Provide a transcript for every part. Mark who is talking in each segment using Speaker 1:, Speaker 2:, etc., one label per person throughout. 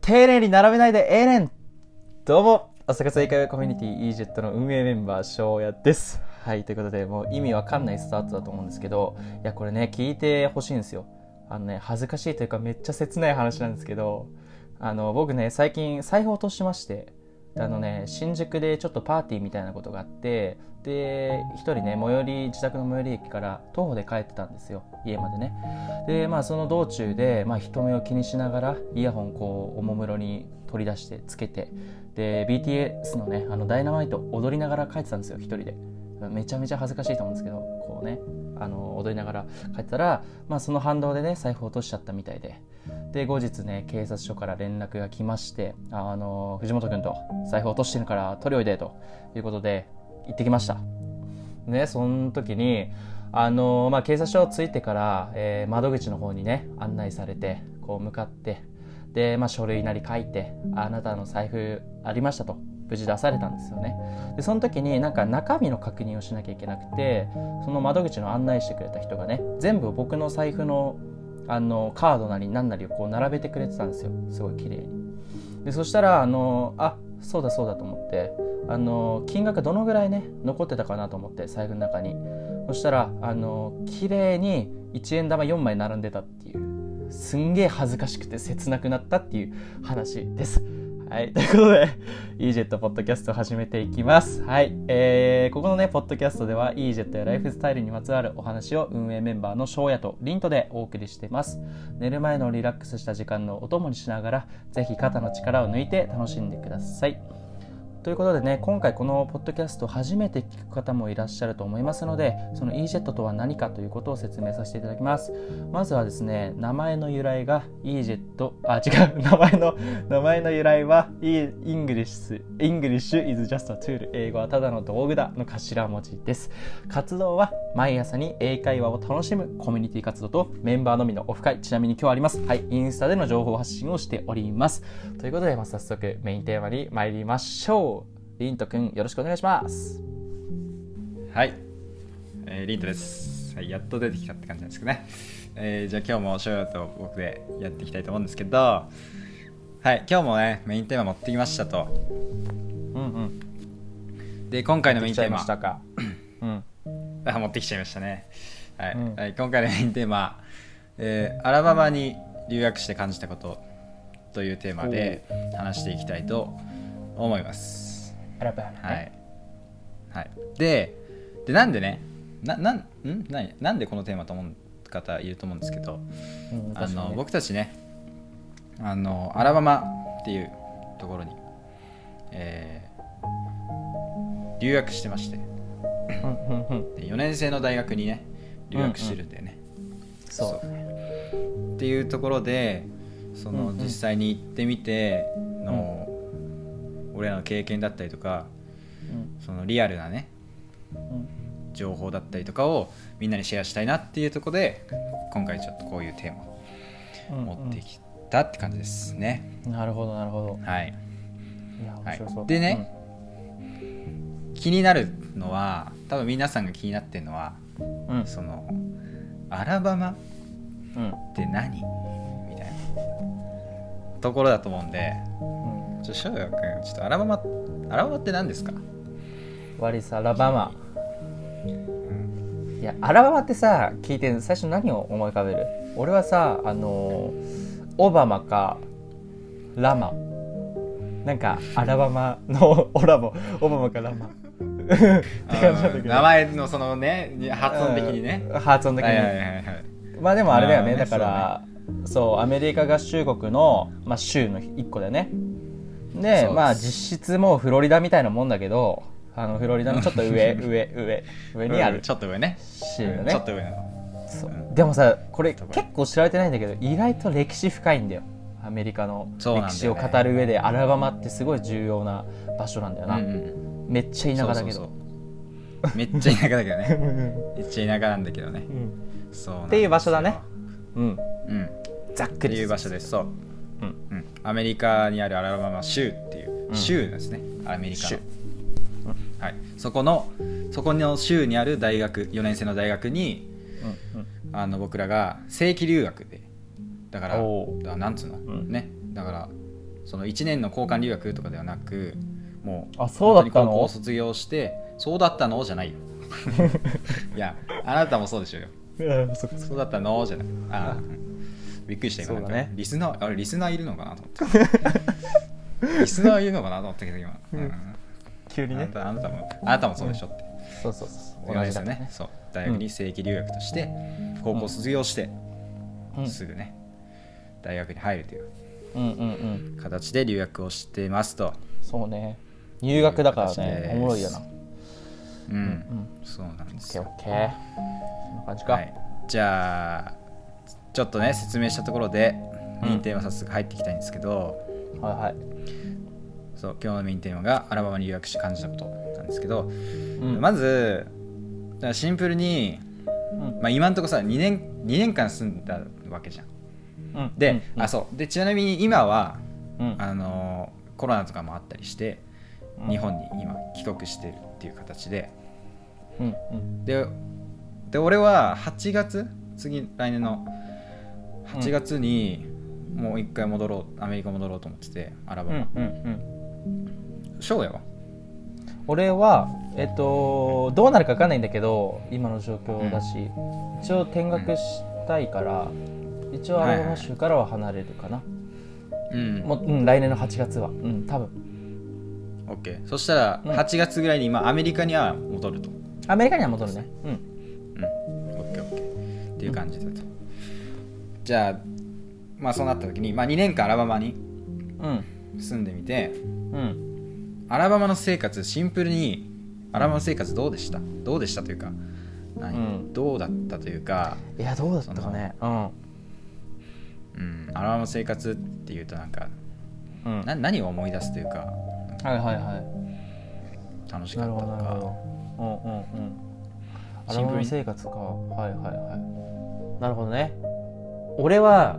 Speaker 1: 丁寧に並べないでええねんどうも、朝活英会話コミュニティ EJET の運営メンバー、翔也です。はい、ということで、もう意味わかんないスタートだと思うんですけど、いや、これね、聞いてほしいんですよ。あのね、恥ずかしいというか、めっちゃ切ない話なんですけど、あの、僕ね、最近、財布を落としまして、あのね、新宿でちょっとパーティーみたいなことがあって、で、一人ね、最寄り、自宅の最寄り駅から徒歩で帰ってたんですよ、家までね。でまあその道中で、まあ、人目を気にしながらイヤホンこうおもむろに取り出してつけてで BTS のね「あのダイナマイト」踊りながら帰ってたんですよ一人でめちゃめちゃ恥ずかしいと思うんですけどこうねあの踊りながら帰ったら、まあ、その反動でね財布落としちゃったみたいでで後日ね警察署から連絡が来まして「ああの藤本君と財布落としてるから取りおいで」ということで行ってきましたねその時にあのまあ、警察署着いてから、えー窓口の方にね案内されてこう向かってで、まあ、書類なり書いてあなたの財布ありましたと無事出されたんですよねでその時になんか中身の確認をしなきゃいけなくてその窓口の案内してくれた人がね全部僕の財布のあのカードなり何なりをこう並べてくれてたんですよすごい綺麗にでそしたらあのあそうだそうだと思ってあの金額どのぐらいね残ってたかなと思って財布の中にそしたらあの綺麗に1円玉4枚並んでたっていうすんげえ恥ずかしくて切なくなったっていう話です。はい。ということで、EJET ポッドキャストを始めていきます。はい。えー、ここのね、ポッドキャストでは EJET やライフスタイルにまつわるお話を運営メンバーの翔也とリントでお送りしています。寝る前のリラックスした時間のお供にしながら、ぜひ肩の力を抜いて楽しんでください。ということでね今回このポッドキャスト初めて聞く方もいらっしゃると思いますのでその EJET とは何かということを説明させていただきますまずはですね名前の由来が EJET あ違う名前の名前の由来は E- English English is just a tool 英語はただの道具だの頭文字です活動は毎朝に英会話を楽しむコミュニティ活動とメンバーのみのオフ会ちなみに今日ありますはいインスタでの情報発信をしておりますということで、まあ、早速メインテーマに参りましょうりんとくんよろしくお願いします
Speaker 2: はい、えー、リントです、はい、やっと出てきたって感じなんですけどね、えーじゃあ今日も翔陽と僕でやっていきたいと思うんですけどはい今日もねメインテーマ持ってきましたと
Speaker 1: うんうん
Speaker 2: で今回のメ
Speaker 1: で
Speaker 2: イ
Speaker 1: き
Speaker 2: ン
Speaker 1: ちゃ
Speaker 2: テー
Speaker 1: いま
Speaker 2: マ
Speaker 1: したかうん
Speaker 2: あ持ってきちゃいましたね、はい
Speaker 1: うん
Speaker 2: はい、今回のメインテーマ、えーアラバマに留学して感じたこと」というテーマで話していきたいと思います
Speaker 1: アラバマね
Speaker 2: はい、はい、ででなんでねななんん何なんでこのテーマと思う方いると思うんですけど、
Speaker 1: うん
Speaker 2: あ
Speaker 1: 確かに
Speaker 2: の
Speaker 1: ね
Speaker 2: 僕たちねあのアラバマっていうところに、えー留学してまして
Speaker 1: うんうんうん
Speaker 2: で4年生の大学にね留学してるんだよね、
Speaker 1: そう
Speaker 2: っていうところでそ
Speaker 1: うん
Speaker 2: の、
Speaker 1: うん
Speaker 2: 実際に行ってみての、俺らの経験だったりとか
Speaker 1: うん
Speaker 2: そのリアルなね
Speaker 1: うん
Speaker 2: 情報だったりとかをみんなにシェアしたいなっていうところで今回ちょっとこういうテーマを
Speaker 1: うん
Speaker 2: 持ってきたって感じですね、
Speaker 1: うんなるほどなるほ
Speaker 2: はい、
Speaker 1: どいや
Speaker 2: は
Speaker 1: 面
Speaker 2: い
Speaker 1: 白そう、
Speaker 2: でね気になるのは多分皆さんが気になってるのは
Speaker 1: うんうん
Speaker 2: そのアラバマっ
Speaker 1: うん
Speaker 2: て何みたいなところだと思うんで
Speaker 1: うん
Speaker 2: ちょっと翔也君ちょっとアラバマアラバマって何ですか
Speaker 1: ワリスアラバマいやアラバマってさ聞いて最初何を思い浮かべる俺はさあのーオバマかラマなんかアラバマの オラもオバマかラマ って感じなんだけ
Speaker 2: うん
Speaker 1: ど
Speaker 2: 名前のそのねに発音的にね
Speaker 1: うん発音的に、
Speaker 2: はいはいはいはい
Speaker 1: まあでもあれだよね
Speaker 2: まあ
Speaker 1: だからそう,、アメリカ合衆国の、まあ、州の一個だよね
Speaker 2: そう
Speaker 1: で
Speaker 2: です
Speaker 1: まあ実質もうフロリダみたいなもんだけどあのフロリダのちょっと 上上上上にあ
Speaker 2: うん
Speaker 1: る
Speaker 2: ちょっと上ね
Speaker 1: 州だ
Speaker 2: う
Speaker 1: よ
Speaker 2: ん
Speaker 1: ね
Speaker 2: ちょっと上なの
Speaker 1: そう
Speaker 2: うん
Speaker 1: でもさこれ
Speaker 2: とこ
Speaker 1: 結構知られてないんだけど意外と歴史深いんだよアメリカの
Speaker 2: そうなんだよ
Speaker 1: 歴
Speaker 2: ね
Speaker 1: 史を語る上でアラバマってすごい重要な場所なんだよな、
Speaker 2: うんうん
Speaker 1: めっちゃ田舎だけど
Speaker 2: そうそうそうめっちゃ田舎だけどね
Speaker 1: う
Speaker 2: めっちゃ田舎なんだけどね
Speaker 1: ん
Speaker 2: そうなん
Speaker 1: っ
Speaker 2: です
Speaker 1: て
Speaker 2: よ
Speaker 1: いう場所だねうん
Speaker 2: うんっ
Speaker 1: ざっく
Speaker 2: て
Speaker 1: り
Speaker 2: いう場所ですそう、
Speaker 1: うん
Speaker 2: うん、アメリカにあるアラバマ州っていう、
Speaker 1: うん
Speaker 2: 州ですねアメリカの
Speaker 1: 州
Speaker 2: はい、そこのそこの州にある大学4年生の大学に
Speaker 1: う
Speaker 2: あの僕らが正規留学でだから
Speaker 1: おー
Speaker 2: だからなんつうの、
Speaker 1: ん
Speaker 2: ねだからその1年の交換留学とかではなくもう
Speaker 1: あそうだったの
Speaker 2: 本当に高校を卒業してそうだったのじ ゃないよいやあなたもそうでしょうよ
Speaker 1: うんそっかそっか
Speaker 2: そうだったのじゃないあーびっくりした今
Speaker 1: そうだね
Speaker 2: なんかリスナーあれリスナーいるのかな と思ってリスナーいるのかなと思ったけど今、
Speaker 1: うん
Speaker 2: うん
Speaker 1: 急に
Speaker 2: あな
Speaker 1: ね
Speaker 2: たあなたもあなたもそうでしょって
Speaker 1: そうそうそう
Speaker 2: 同じです
Speaker 1: だ
Speaker 2: よねそう大学に正規留学として高校卒業して、
Speaker 1: うん
Speaker 2: すぐね大学に入るという
Speaker 1: うんうんうん
Speaker 2: 形で留学をしてますと
Speaker 1: そうね入学だから
Speaker 2: いう形で
Speaker 1: ね
Speaker 2: す
Speaker 1: おもろいよな
Speaker 2: うん、
Speaker 1: うん
Speaker 2: そうなんで
Speaker 1: オッ
Speaker 2: す
Speaker 1: ケー
Speaker 2: よ
Speaker 1: オッケーそんな感じか、
Speaker 2: はい、じゃあちょっとね説明したところでメインテーマ早速入っていきたいんですけど、
Speaker 1: はいはい
Speaker 2: そう今日のメインテーマがアラバマに留学して感じたことなんですけど、
Speaker 1: うん
Speaker 2: まずだからシンプルに、
Speaker 1: うん
Speaker 2: まあ、今のところさ2年 ,2 年間住んだわけじゃん
Speaker 1: うん
Speaker 2: で、
Speaker 1: うん
Speaker 2: あそうでちなみに今は
Speaker 1: うん
Speaker 2: あのーコロナとかもあったりして
Speaker 1: うん
Speaker 2: 日本に今帰国してるっていう形で
Speaker 1: うんうん
Speaker 2: でで俺は8月次来年の8月にもう一回戻ろうアメリカ戻ろうと思っててアラバ
Speaker 1: うん
Speaker 2: マ、
Speaker 1: うんうん
Speaker 2: ショーやわ
Speaker 1: 俺はえっとどうなるかわかんないんだけど今の状況だし、一応転学したいから、一応アラバマ州からは離れるかな、
Speaker 2: うん
Speaker 1: もううん来年の8月はうん多分
Speaker 2: OK そしたら
Speaker 1: うん
Speaker 2: 8月ぐらいに今アメリカには戻ると
Speaker 1: アメリカには戻るねうん
Speaker 2: うん OKOK っていう感じだと、じゃあまあそうなった時に、まあ、2年間アラバマに
Speaker 1: うん
Speaker 2: 住んでみて
Speaker 1: うん
Speaker 2: アラバマの生活シンプルにアラバマの生活どうでしたどうでしたというか何、
Speaker 1: うん
Speaker 2: どうだったというか、
Speaker 1: いやどうだったかねうん
Speaker 2: うん、アラバマの生活っていうとなんか
Speaker 1: うん
Speaker 2: な何を思い出すというか
Speaker 1: はいはいは
Speaker 2: 楽し
Speaker 1: い
Speaker 2: か
Speaker 1: な
Speaker 2: っ
Speaker 1: る
Speaker 2: た
Speaker 1: ほどな
Speaker 2: と
Speaker 1: るほ
Speaker 2: か
Speaker 1: どうんうんうんア
Speaker 2: シ
Speaker 1: ラ
Speaker 2: ン
Speaker 1: バ
Speaker 2: プル
Speaker 1: マ
Speaker 2: に
Speaker 1: 生活かはいはいはいなるほどね俺は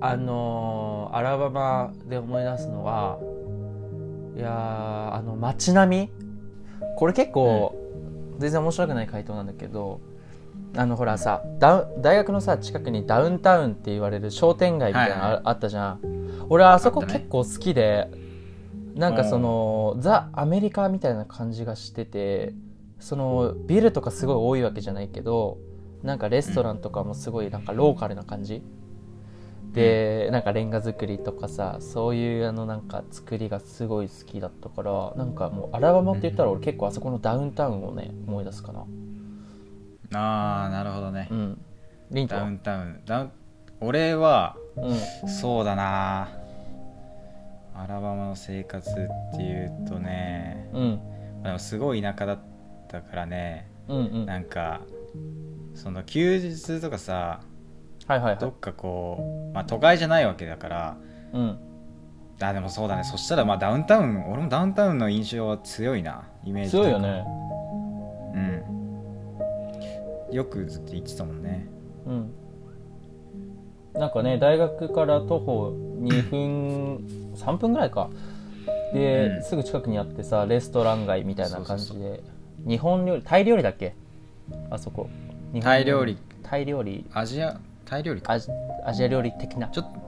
Speaker 1: あのーアラバマで思い出すのはいやーあの街並みこれ結構、全然面白くない回答なんだけどあのほらさダウン大学のさ近くにダウンタウンって言われる商店街みたいなのあ,、
Speaker 2: はいはい
Speaker 1: あったじゃん俺あそこ
Speaker 2: あったね
Speaker 1: 結構好きで、なんかそのザ・アメリカみたいな感じがしててそのビルとかすごい多いわけじゃないけどなんかレストランとかもすごいなんかローカルな感じ、でなんかレンガ作りとかさそういうあのなんか作りがすごい好きだったからなんかもうアラバマって言ったら俺結構あそこのダウンタウンをね思い出すかな
Speaker 2: ああなるほどね
Speaker 1: うんリンと
Speaker 2: ダ
Speaker 1: は
Speaker 2: ウンタウンダウン俺は
Speaker 1: うん
Speaker 2: そうだなアラバマの生活っていうとね
Speaker 1: うん
Speaker 2: でもすごい田舎だったからね
Speaker 1: うんうん
Speaker 2: なんかその休日とかさ
Speaker 1: はいはいは
Speaker 2: ど
Speaker 1: い
Speaker 2: っかこう、まあ、都会じゃないわけだから
Speaker 1: うん
Speaker 2: あでもそうだねそしたらまあダウンタウン俺もダウンタウンの印象は強いなイメージ
Speaker 1: 強いよね
Speaker 2: うんよくずっと言ってたもんね
Speaker 1: うんなんかね大学から徒歩2分3分ぐらいかで、
Speaker 2: うん
Speaker 1: すぐ近くにあってさレストラン街みたいな感じ
Speaker 2: そ
Speaker 1: で
Speaker 2: う
Speaker 1: 日本料理タイ料理だっけあそこ日本
Speaker 2: タイ料理
Speaker 1: タイ料理
Speaker 2: アジアタイ料理か
Speaker 1: アジアジア料理的な
Speaker 2: ちょっと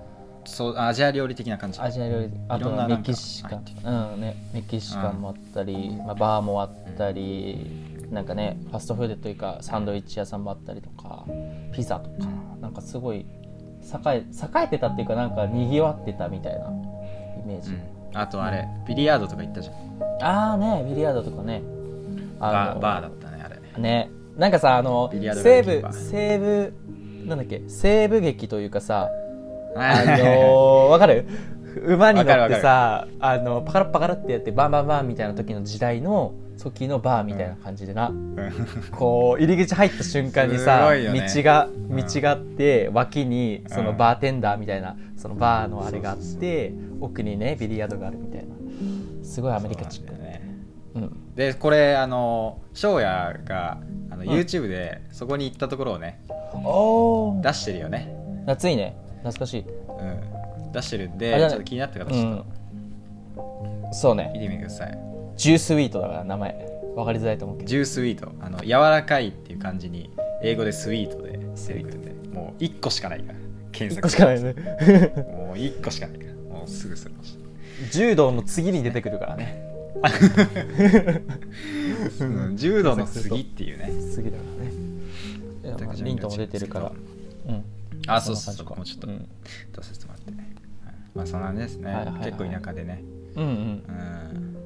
Speaker 2: そうアジア料理的な感じ
Speaker 1: アジア料理あと
Speaker 2: いろんな
Speaker 1: は
Speaker 2: な
Speaker 1: メ
Speaker 2: んか
Speaker 1: キシカン
Speaker 2: 入って
Speaker 1: うんねメキシカンもあったり、まあ、バーもあったり、なんかねファストフードというかサンドイッチ屋さんもあったりとかピザとかなんかすごい栄え栄えてたっていうかなんかにぎわってたみたいなイメー
Speaker 2: う
Speaker 1: ジ、
Speaker 2: ん、あとあれビリヤードとか行ったじゃん
Speaker 1: ああねビリヤードとかね
Speaker 2: バーバー
Speaker 1: ー
Speaker 2: だったねあれ
Speaker 1: ねなんかさあの
Speaker 2: ビリヤードが
Speaker 1: 西
Speaker 2: できるバ
Speaker 1: 部
Speaker 2: ー
Speaker 1: 西部なんだっけ西部劇というかさ あの
Speaker 2: あ
Speaker 1: ー、わかる馬に乗
Speaker 2: わ
Speaker 1: っ
Speaker 2: か
Speaker 1: て
Speaker 2: る
Speaker 1: さあのパカラッパカラってやってバンバンバンみたいな時の時代の時のバーみたいな感じでな、こう入り口入った瞬間に
Speaker 2: す
Speaker 1: さ、
Speaker 2: ごいよね
Speaker 1: 道が
Speaker 2: ん
Speaker 1: 道があって脇にその
Speaker 2: うん
Speaker 1: バーテンダーみたいなそのバーのあれがあっ
Speaker 2: そう
Speaker 1: て奥にねビリヤードがあるみたいなすごいアメリカチック
Speaker 2: だね
Speaker 1: うん
Speaker 2: でこれあの翔也があの YouTube でそこに行ったところをね
Speaker 1: おー
Speaker 2: 出してるよね、
Speaker 1: 夏いね懐かしい、
Speaker 2: うん、出してるん
Speaker 1: あ
Speaker 2: で
Speaker 1: れだね
Speaker 2: ちょっと気になった方
Speaker 1: う
Speaker 2: ちょっ
Speaker 1: ん
Speaker 2: と、
Speaker 1: そう
Speaker 2: 見
Speaker 1: ね
Speaker 2: てみてください、
Speaker 1: ジュースウィートだから名前わかりづらいと思うけど
Speaker 2: ジュースウィートあの柔らかいっていう感じに英語でスイートで出てくるんでもう1個しかないから検
Speaker 1: 1個
Speaker 2: 索
Speaker 1: しかないね
Speaker 2: もう1個しかないからもうすぐするました
Speaker 1: 柔道の次に出てくるからね
Speaker 2: うん柔道の次っていうね
Speaker 1: 次だからねいや、まあ、リントも出てるからうん
Speaker 2: あそうそう
Speaker 1: そ
Speaker 2: そ
Speaker 1: ん
Speaker 2: う
Speaker 1: な
Speaker 2: 僕
Speaker 1: 感
Speaker 2: も
Speaker 1: じ
Speaker 2: ちょっ
Speaker 1: か
Speaker 2: と出させてもらって、はいまあそんな感じですね、
Speaker 1: はいはいはい
Speaker 2: 結構田舎でね
Speaker 1: うんうん
Speaker 2: うん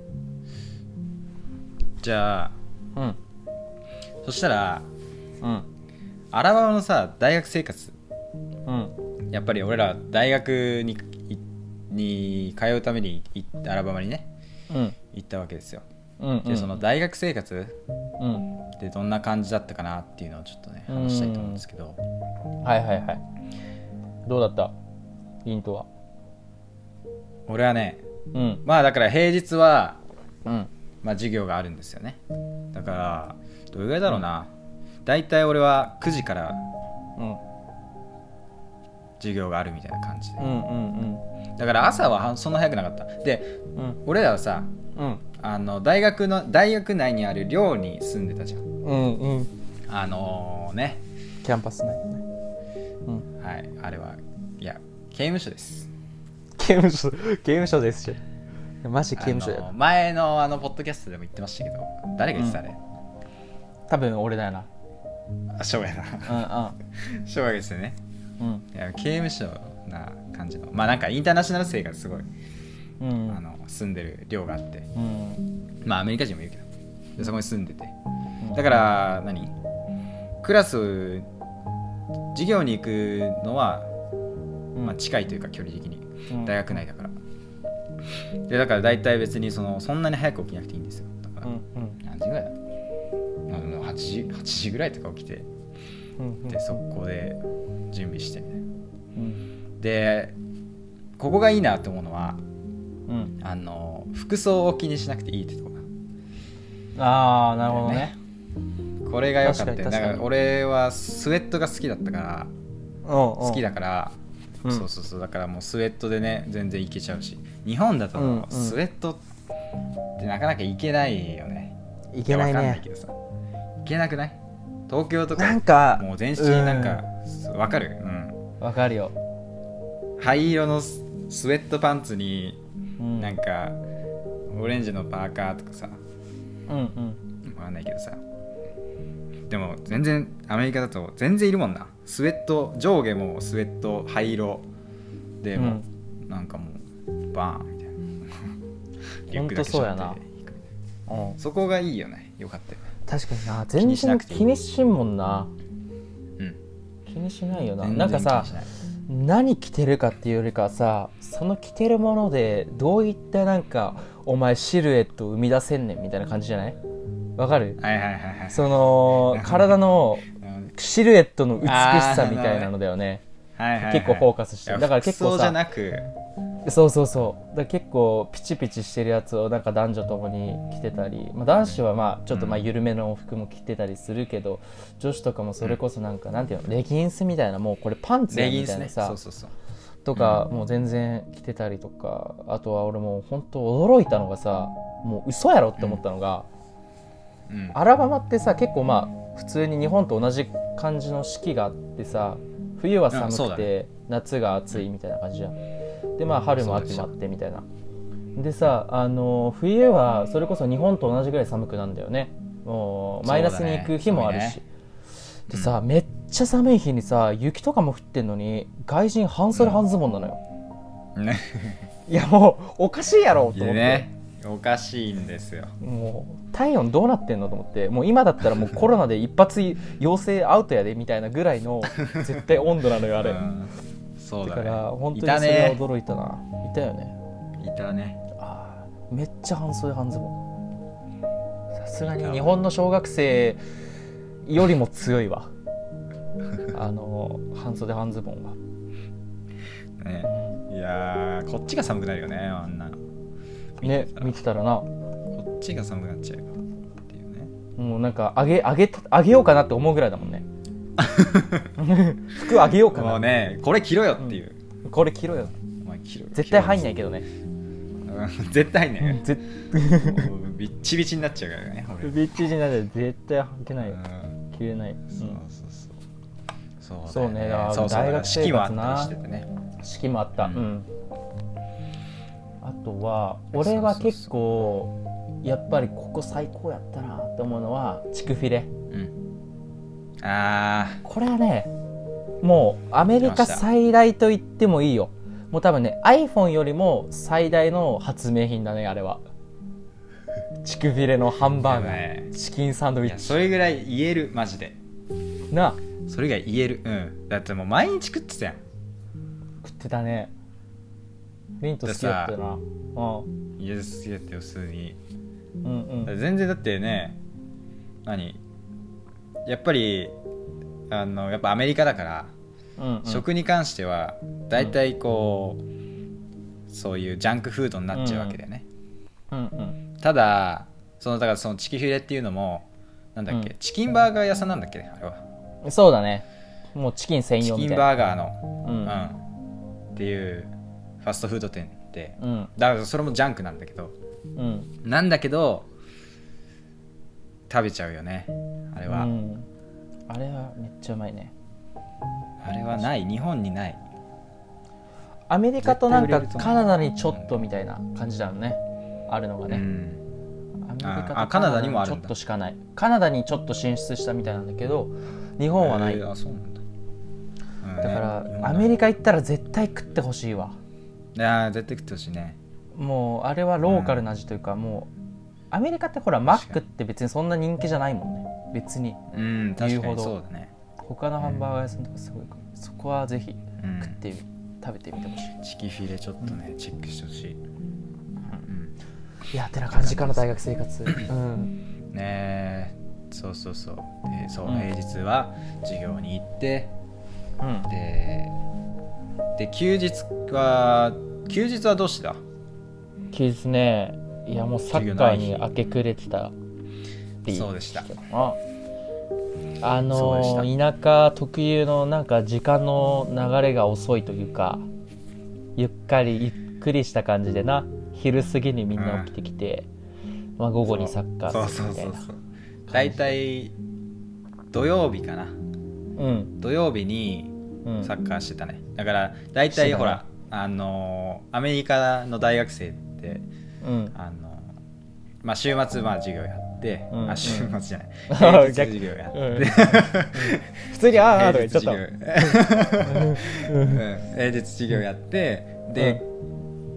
Speaker 2: じゃあ
Speaker 1: うんうん
Speaker 2: そしたら
Speaker 1: うん
Speaker 2: アラバマのさ大学生活
Speaker 1: うん
Speaker 2: やっぱり俺ら大学にいに通うためにいアラバマにね
Speaker 1: うん
Speaker 2: 行ったわけですよ
Speaker 1: うん
Speaker 2: でその大学生活
Speaker 1: うん
Speaker 2: でどんな感じだったかなっていうのをちょっとね話したいと思うんですけど
Speaker 1: はいはいはいどうだったリントは
Speaker 2: 俺はね
Speaker 1: うん
Speaker 2: まあだから平日は、
Speaker 1: うん
Speaker 2: まあ、授業があるんですよねだからどれぐらいだろうな大体俺は9時から
Speaker 1: うん
Speaker 2: 授業があるみたいな感じで
Speaker 1: うんうん
Speaker 2: だから朝ははそんな早くなかったで
Speaker 1: うんうん
Speaker 2: 俺らはさ
Speaker 1: うん
Speaker 2: あの大学の大学内にある寮に住んでたじゃん
Speaker 1: うんうん
Speaker 2: あのね
Speaker 1: キャンパス内ねうん
Speaker 2: はいあれはいや刑務所です
Speaker 1: 刑務所刑務所ですしマジ刑務所だ
Speaker 2: あ
Speaker 1: よ
Speaker 2: の前のあのポッドキャストでも言ってましたけど誰が言ってたあれ、
Speaker 1: 多分俺だよな
Speaker 2: あしょう がやなしょうがですよね
Speaker 1: うんうん
Speaker 2: いや刑務所な感じのまあなんかインターナショナル生がすごい、
Speaker 1: うんうん
Speaker 2: あの住んでる寮があって
Speaker 1: うん
Speaker 2: まあアメリカ人もいるけどでそこに住んでて
Speaker 1: うん
Speaker 2: だから何クラス授業に行くのは、まあ、近いというか距離的に
Speaker 1: うん
Speaker 2: 大学内だからでだから大体別にそのそんなに早く起きなくていいんですよだから、
Speaker 1: うんうん
Speaker 2: 何時ぐらいだあの8時 ,8 時ぐらいとか起きて
Speaker 1: うんうん
Speaker 2: で速攻で準備して
Speaker 1: うん
Speaker 2: でここがいいなと思うのは
Speaker 1: うん
Speaker 2: あの服装を気にしなくていいってとこな
Speaker 1: ああなるほどね
Speaker 2: これが良かったよ
Speaker 1: 確かに
Speaker 2: だ
Speaker 1: 確か
Speaker 2: か
Speaker 1: に
Speaker 2: ら俺はスウェットが好きだったから
Speaker 1: 好
Speaker 2: 好きだから、
Speaker 1: うん
Speaker 2: そうそうそうだからもうスウェットでね全然いけちゃうし日本だともう
Speaker 1: うんうん
Speaker 2: スウェットってなかなかいけないよね
Speaker 1: いけない
Speaker 2: やわかんない
Speaker 1: ね
Speaker 2: けどさいけなくない東京とか
Speaker 1: なんか
Speaker 2: もう全身なんかわかる、うん、
Speaker 1: うんわかるよ
Speaker 2: 灰色のススウェットパンツに
Speaker 1: うん
Speaker 2: なんかオレンジのパーカーとかさ
Speaker 1: うんうん
Speaker 2: わかんないけどさでも全然アメリカだと全然いるもんなスウェット上下もスウェット灰色でも、うなんかもうバーンみたいな リュックだけ背負って
Speaker 1: ほんとそうやなうん
Speaker 2: そこがいいよねよかったよ
Speaker 1: 確かにな
Speaker 2: 気
Speaker 1: 全
Speaker 2: にしな
Speaker 1: 然
Speaker 2: くていい
Speaker 1: 気にしんもんな
Speaker 2: ね
Speaker 1: 気にしないよ
Speaker 2: う
Speaker 1: なんなんかさ
Speaker 2: 全然気にし
Speaker 1: 何着てるかっていうよりかはさその着てるものでどういったなんかお前シルエットを生み出せんねんみたいな感じじゃないわかる
Speaker 2: ないはいはいはいはい
Speaker 1: その体の
Speaker 2: うん
Speaker 1: シルエットの美しさみたいなのだよね
Speaker 2: はいはいはい
Speaker 1: 結構フォーカスしてる
Speaker 2: いや
Speaker 1: だから結構さ
Speaker 2: 服装じゃなく
Speaker 1: そうそうそうだから結構ピチピチしてるやつをなんか男女ともに着てたり、まあ、男子はまあちょっとまあ
Speaker 2: うん
Speaker 1: 緩めの服も着てたりするけど、女子とかもそれこそなんかなんていうのレギンスみたいなもうこれパンツや
Speaker 2: レギ
Speaker 1: み
Speaker 2: ン
Speaker 1: た
Speaker 2: ス
Speaker 1: い
Speaker 2: ね
Speaker 1: なさ、
Speaker 2: そうそうそう
Speaker 1: とか、もう全然着てたりとかあとは俺もう本当驚いたのがさもう嘘やろって思ったのが、
Speaker 2: うん
Speaker 1: アラバマってさ結構まあ普通に日本と同じ感じの四季があってさ冬は寒
Speaker 2: うんそう
Speaker 1: く
Speaker 2: だ
Speaker 1: て、
Speaker 2: ね
Speaker 1: 夏が暑いみたいな感じじゃんでまあ春も秋もあ
Speaker 2: そ
Speaker 1: っ
Speaker 2: う
Speaker 1: てみたいなでさあの冬はそれこそ日本と同じぐらい寒くなんだよねもうマイナスに行く日もあるし、
Speaker 2: そうだね
Speaker 1: でさ、めっちゃ寒い日にさ雪とかも降ってんのに外人半袖半ズボンなのよ、
Speaker 2: ね
Speaker 1: いやもうおかしいやろと思って、
Speaker 2: ねおかしいんですよ
Speaker 1: もう体温どうなってんのと思ってもう今だったらもうコロナで一発陽性アウトやでみたいなぐらい の絶対温度なのよあれ、
Speaker 2: うんそう
Speaker 1: だか
Speaker 2: だね
Speaker 1: ら本当
Speaker 2: い
Speaker 1: に
Speaker 2: た
Speaker 1: それは
Speaker 2: ね
Speaker 1: 驚いたないたよね
Speaker 2: いたね
Speaker 1: あーめっちゃ半袖半ズボンさすがに日本の小学生よりも強いわあの半袖半ズボンは
Speaker 2: ねいやーこっちが寒くなるよねあんなの
Speaker 1: ね
Speaker 2: 見てたら
Speaker 1: 見てたらな
Speaker 2: こっちが寒くなっちゃうよっていうね
Speaker 1: もうなんか上げ上げた上げようかなって思うぐらいだ もんね服上げようか
Speaker 2: も
Speaker 1: な
Speaker 2: うねこれ着ろよっていう、
Speaker 1: これ着ろよ
Speaker 2: お前着ろよ
Speaker 1: 絶対入んないいけどね
Speaker 2: 絶対ね
Speaker 1: 絶
Speaker 2: もうビッチビチになっちゃうからね俺
Speaker 1: ビッチになる絶対履けないよ
Speaker 2: うん
Speaker 1: 着れない、うん
Speaker 2: そうそうそうそう
Speaker 1: そうねだから
Speaker 2: そうそう
Speaker 1: 大学生活な
Speaker 2: 式もあったりしててね
Speaker 1: 式もあった、う
Speaker 2: うんん
Speaker 1: ああとは俺は結構やっぱりここ最高やったなと思うのはチクフィレ
Speaker 2: うんあ
Speaker 1: これはねもうアメリカ最大と言ってもいいよもう多分ね iPhone よりも最大の発明品だねあれはチクフィレのハン
Speaker 2: ー
Speaker 1: バーガー
Speaker 2: い
Speaker 1: チキンサンドイ
Speaker 2: い
Speaker 1: ッ
Speaker 2: や
Speaker 1: チ
Speaker 2: それぐらい言えるマジで
Speaker 1: なあ
Speaker 2: それが言えるうんだってもう毎日食ってたやん
Speaker 1: 食ってたねミント好きだったよな、うん、
Speaker 2: 家で好きだったよ普通に
Speaker 1: うんうん
Speaker 2: 全然だってね何やっぱりあのやっぱアメリカだか
Speaker 1: う
Speaker 2: ら、
Speaker 1: んうん
Speaker 2: 食に関しては大体こうそういうジャンクフードになっちゃうわけだよね、
Speaker 1: うんうん
Speaker 2: ただそのだからそのチキフィレっていうのもなんだっけ、
Speaker 1: うん
Speaker 2: チキンバーガー屋さんなんだっけあれは
Speaker 1: そうだねもうチキン専
Speaker 2: チ
Speaker 1: 用
Speaker 2: キ
Speaker 1: み
Speaker 2: ン
Speaker 1: たいな
Speaker 2: バーガーの、
Speaker 1: う
Speaker 2: うんん、っていうファストフード店で
Speaker 1: うん
Speaker 2: だからそれもジャンクなんだけど
Speaker 1: うん
Speaker 2: なんだけど食べちゃうよねあれは、
Speaker 1: うんあれはめっちゃうまいね
Speaker 2: あれはない日本にない
Speaker 1: アメリカとなんか
Speaker 2: 絶対売れると思
Speaker 1: カ
Speaker 2: う
Speaker 1: ナダにちょっとみたいな感じだよねあるのが
Speaker 2: う
Speaker 1: ね、
Speaker 2: ん
Speaker 1: アメリカ
Speaker 2: ああ
Speaker 1: と
Speaker 2: カナダにもあるん
Speaker 1: ち
Speaker 2: だ
Speaker 1: ょっとしかないカナダにちょっと進出したみたいなんだけど日本はない、
Speaker 2: えーあそうなんだ、うん
Speaker 1: だから、
Speaker 2: ね日本は
Speaker 1: ア
Speaker 2: ない
Speaker 1: メリカ行ったら絶対食ってほしいわ
Speaker 2: いやー絶対食ってほしいね
Speaker 1: もうあれはローカルな味というか、もうアメリカってほらマックって別にそんな人気じゃないもんね別に
Speaker 2: う
Speaker 1: 言う
Speaker 2: ん確か
Speaker 1: ほ
Speaker 2: に
Speaker 1: ど
Speaker 2: そうだね、
Speaker 1: 他のハンバーガー屋さんとかすごいからそこはぜひ
Speaker 2: うん
Speaker 1: 食ってみ食べてみてほしい、
Speaker 2: チキフィレちょっとね、チェックしてほしい、うん
Speaker 1: いやてな感じかな大学生活うん
Speaker 2: ねえそうそうそうでそう、
Speaker 1: うん
Speaker 2: 平日は授業に行って
Speaker 1: うん
Speaker 2: でで休日は休日はどうしてた
Speaker 1: 休日ねいやもうサッカーに明け暮れてたってい
Speaker 2: そうでした
Speaker 1: ああの
Speaker 2: そうで
Speaker 1: ー田舎特有のなんか時間の流れが遅いというかゆっかりゆっくりした感じでな昼過ぎにみんな起きてきて、まあ、午後にサッカーするみたいな
Speaker 2: そうそうそうそう大体土曜日かな
Speaker 1: うん
Speaker 2: 土曜日に
Speaker 1: うん
Speaker 2: サッカーしてたね、だから大
Speaker 1: して
Speaker 2: 体
Speaker 1: たね
Speaker 2: ほら、あのーアメリカの大学生って
Speaker 1: うん
Speaker 2: あのまあ、週末まあ授業やって、
Speaker 1: うん
Speaker 2: あ週末じゃない
Speaker 1: うん
Speaker 2: 平日授業やっ
Speaker 1: うん
Speaker 2: て
Speaker 1: 普通にあーあーとか言っちゃっ
Speaker 2: 授
Speaker 1: た
Speaker 2: 業
Speaker 1: わ
Speaker 2: うん平日授業やってで,、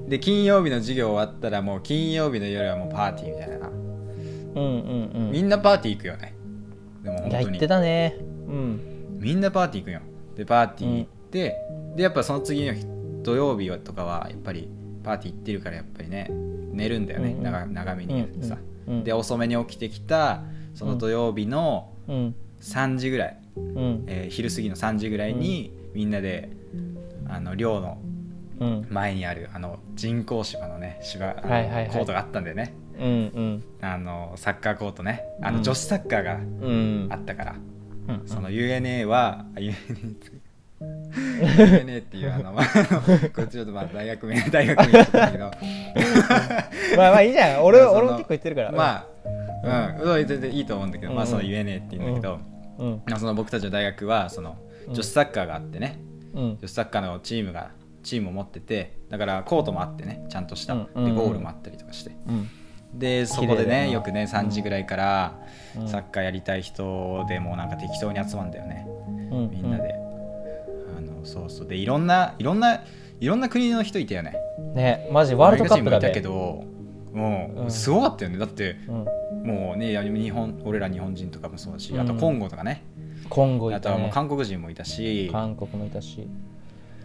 Speaker 2: で金曜日の授業終わったらもう金曜日の夜はもうパーティーみたいな、
Speaker 1: うんうんうん
Speaker 2: みんなパーティー行くよねでも本
Speaker 1: いや
Speaker 2: 当
Speaker 1: 言っ
Speaker 2: に
Speaker 1: てたねうん
Speaker 2: みんなパーティー行くよでパーティー行って、でやっぱその次の日土曜日とかはやっぱりパーティー行ってるからやっぱりね寝るんだよね、
Speaker 1: うんうん
Speaker 2: 長長めにやってさ、
Speaker 1: うん
Speaker 2: で遅めに起きてきたその土曜日の
Speaker 1: うん
Speaker 2: 3時ぐらい、
Speaker 1: うん
Speaker 2: えー昼過ぎの3時ぐらいにみんなであの寮の
Speaker 1: うん
Speaker 2: 前にあるあの人工芝のね芝あの
Speaker 1: はいはいはい
Speaker 2: コートがあったんでね
Speaker 1: うん
Speaker 2: あのサッカーコートねあ
Speaker 1: う
Speaker 2: の
Speaker 1: ん
Speaker 2: 女子サッカーが
Speaker 1: うんうん
Speaker 2: あったから、
Speaker 1: うん
Speaker 2: その UNA はあ UNA って UNA っていうあのまああのこっちちょっとまあ大学名大学名だったん だけど
Speaker 1: まあまあいいじゃん俺
Speaker 2: いや
Speaker 1: は
Speaker 2: その
Speaker 1: 俺も結構言ってるから
Speaker 2: まあうん、うん、全然いいと思うんだけど、まあ
Speaker 1: うん
Speaker 2: その UNA って言うんだけど、
Speaker 1: うん
Speaker 2: まあその僕たちの大学はその
Speaker 1: うん
Speaker 2: 女子サッカーがあってね、
Speaker 1: うん
Speaker 2: 女子サッカーのチームがチームを持っててだからコートもあってねちゃんとした、
Speaker 1: うんうん
Speaker 2: でゴールもあったりとかして
Speaker 1: うん
Speaker 2: でそこで
Speaker 1: 綺麗だ
Speaker 2: ね
Speaker 1: な
Speaker 2: よくね3時ぐらいから
Speaker 1: うん
Speaker 2: サッカーやりたい人でもうなんか適当に集まるんだよね
Speaker 1: うん
Speaker 2: みんなで、あのそうそうでいろんないろんないろんな国の人いたよね
Speaker 1: ねマジワールドカップだ
Speaker 2: アメリカ
Speaker 1: ね
Speaker 2: 人もいたけどもう、
Speaker 1: うん
Speaker 2: すごかったよねだって
Speaker 1: うん
Speaker 2: もうねいや日本俺ら日本人とかもそうだし、
Speaker 1: うん
Speaker 2: あとコンゴとかね
Speaker 1: コンゴい
Speaker 2: あと
Speaker 1: た
Speaker 2: はもう
Speaker 1: ね
Speaker 2: 韓国人もいたし
Speaker 1: 韓国もいたし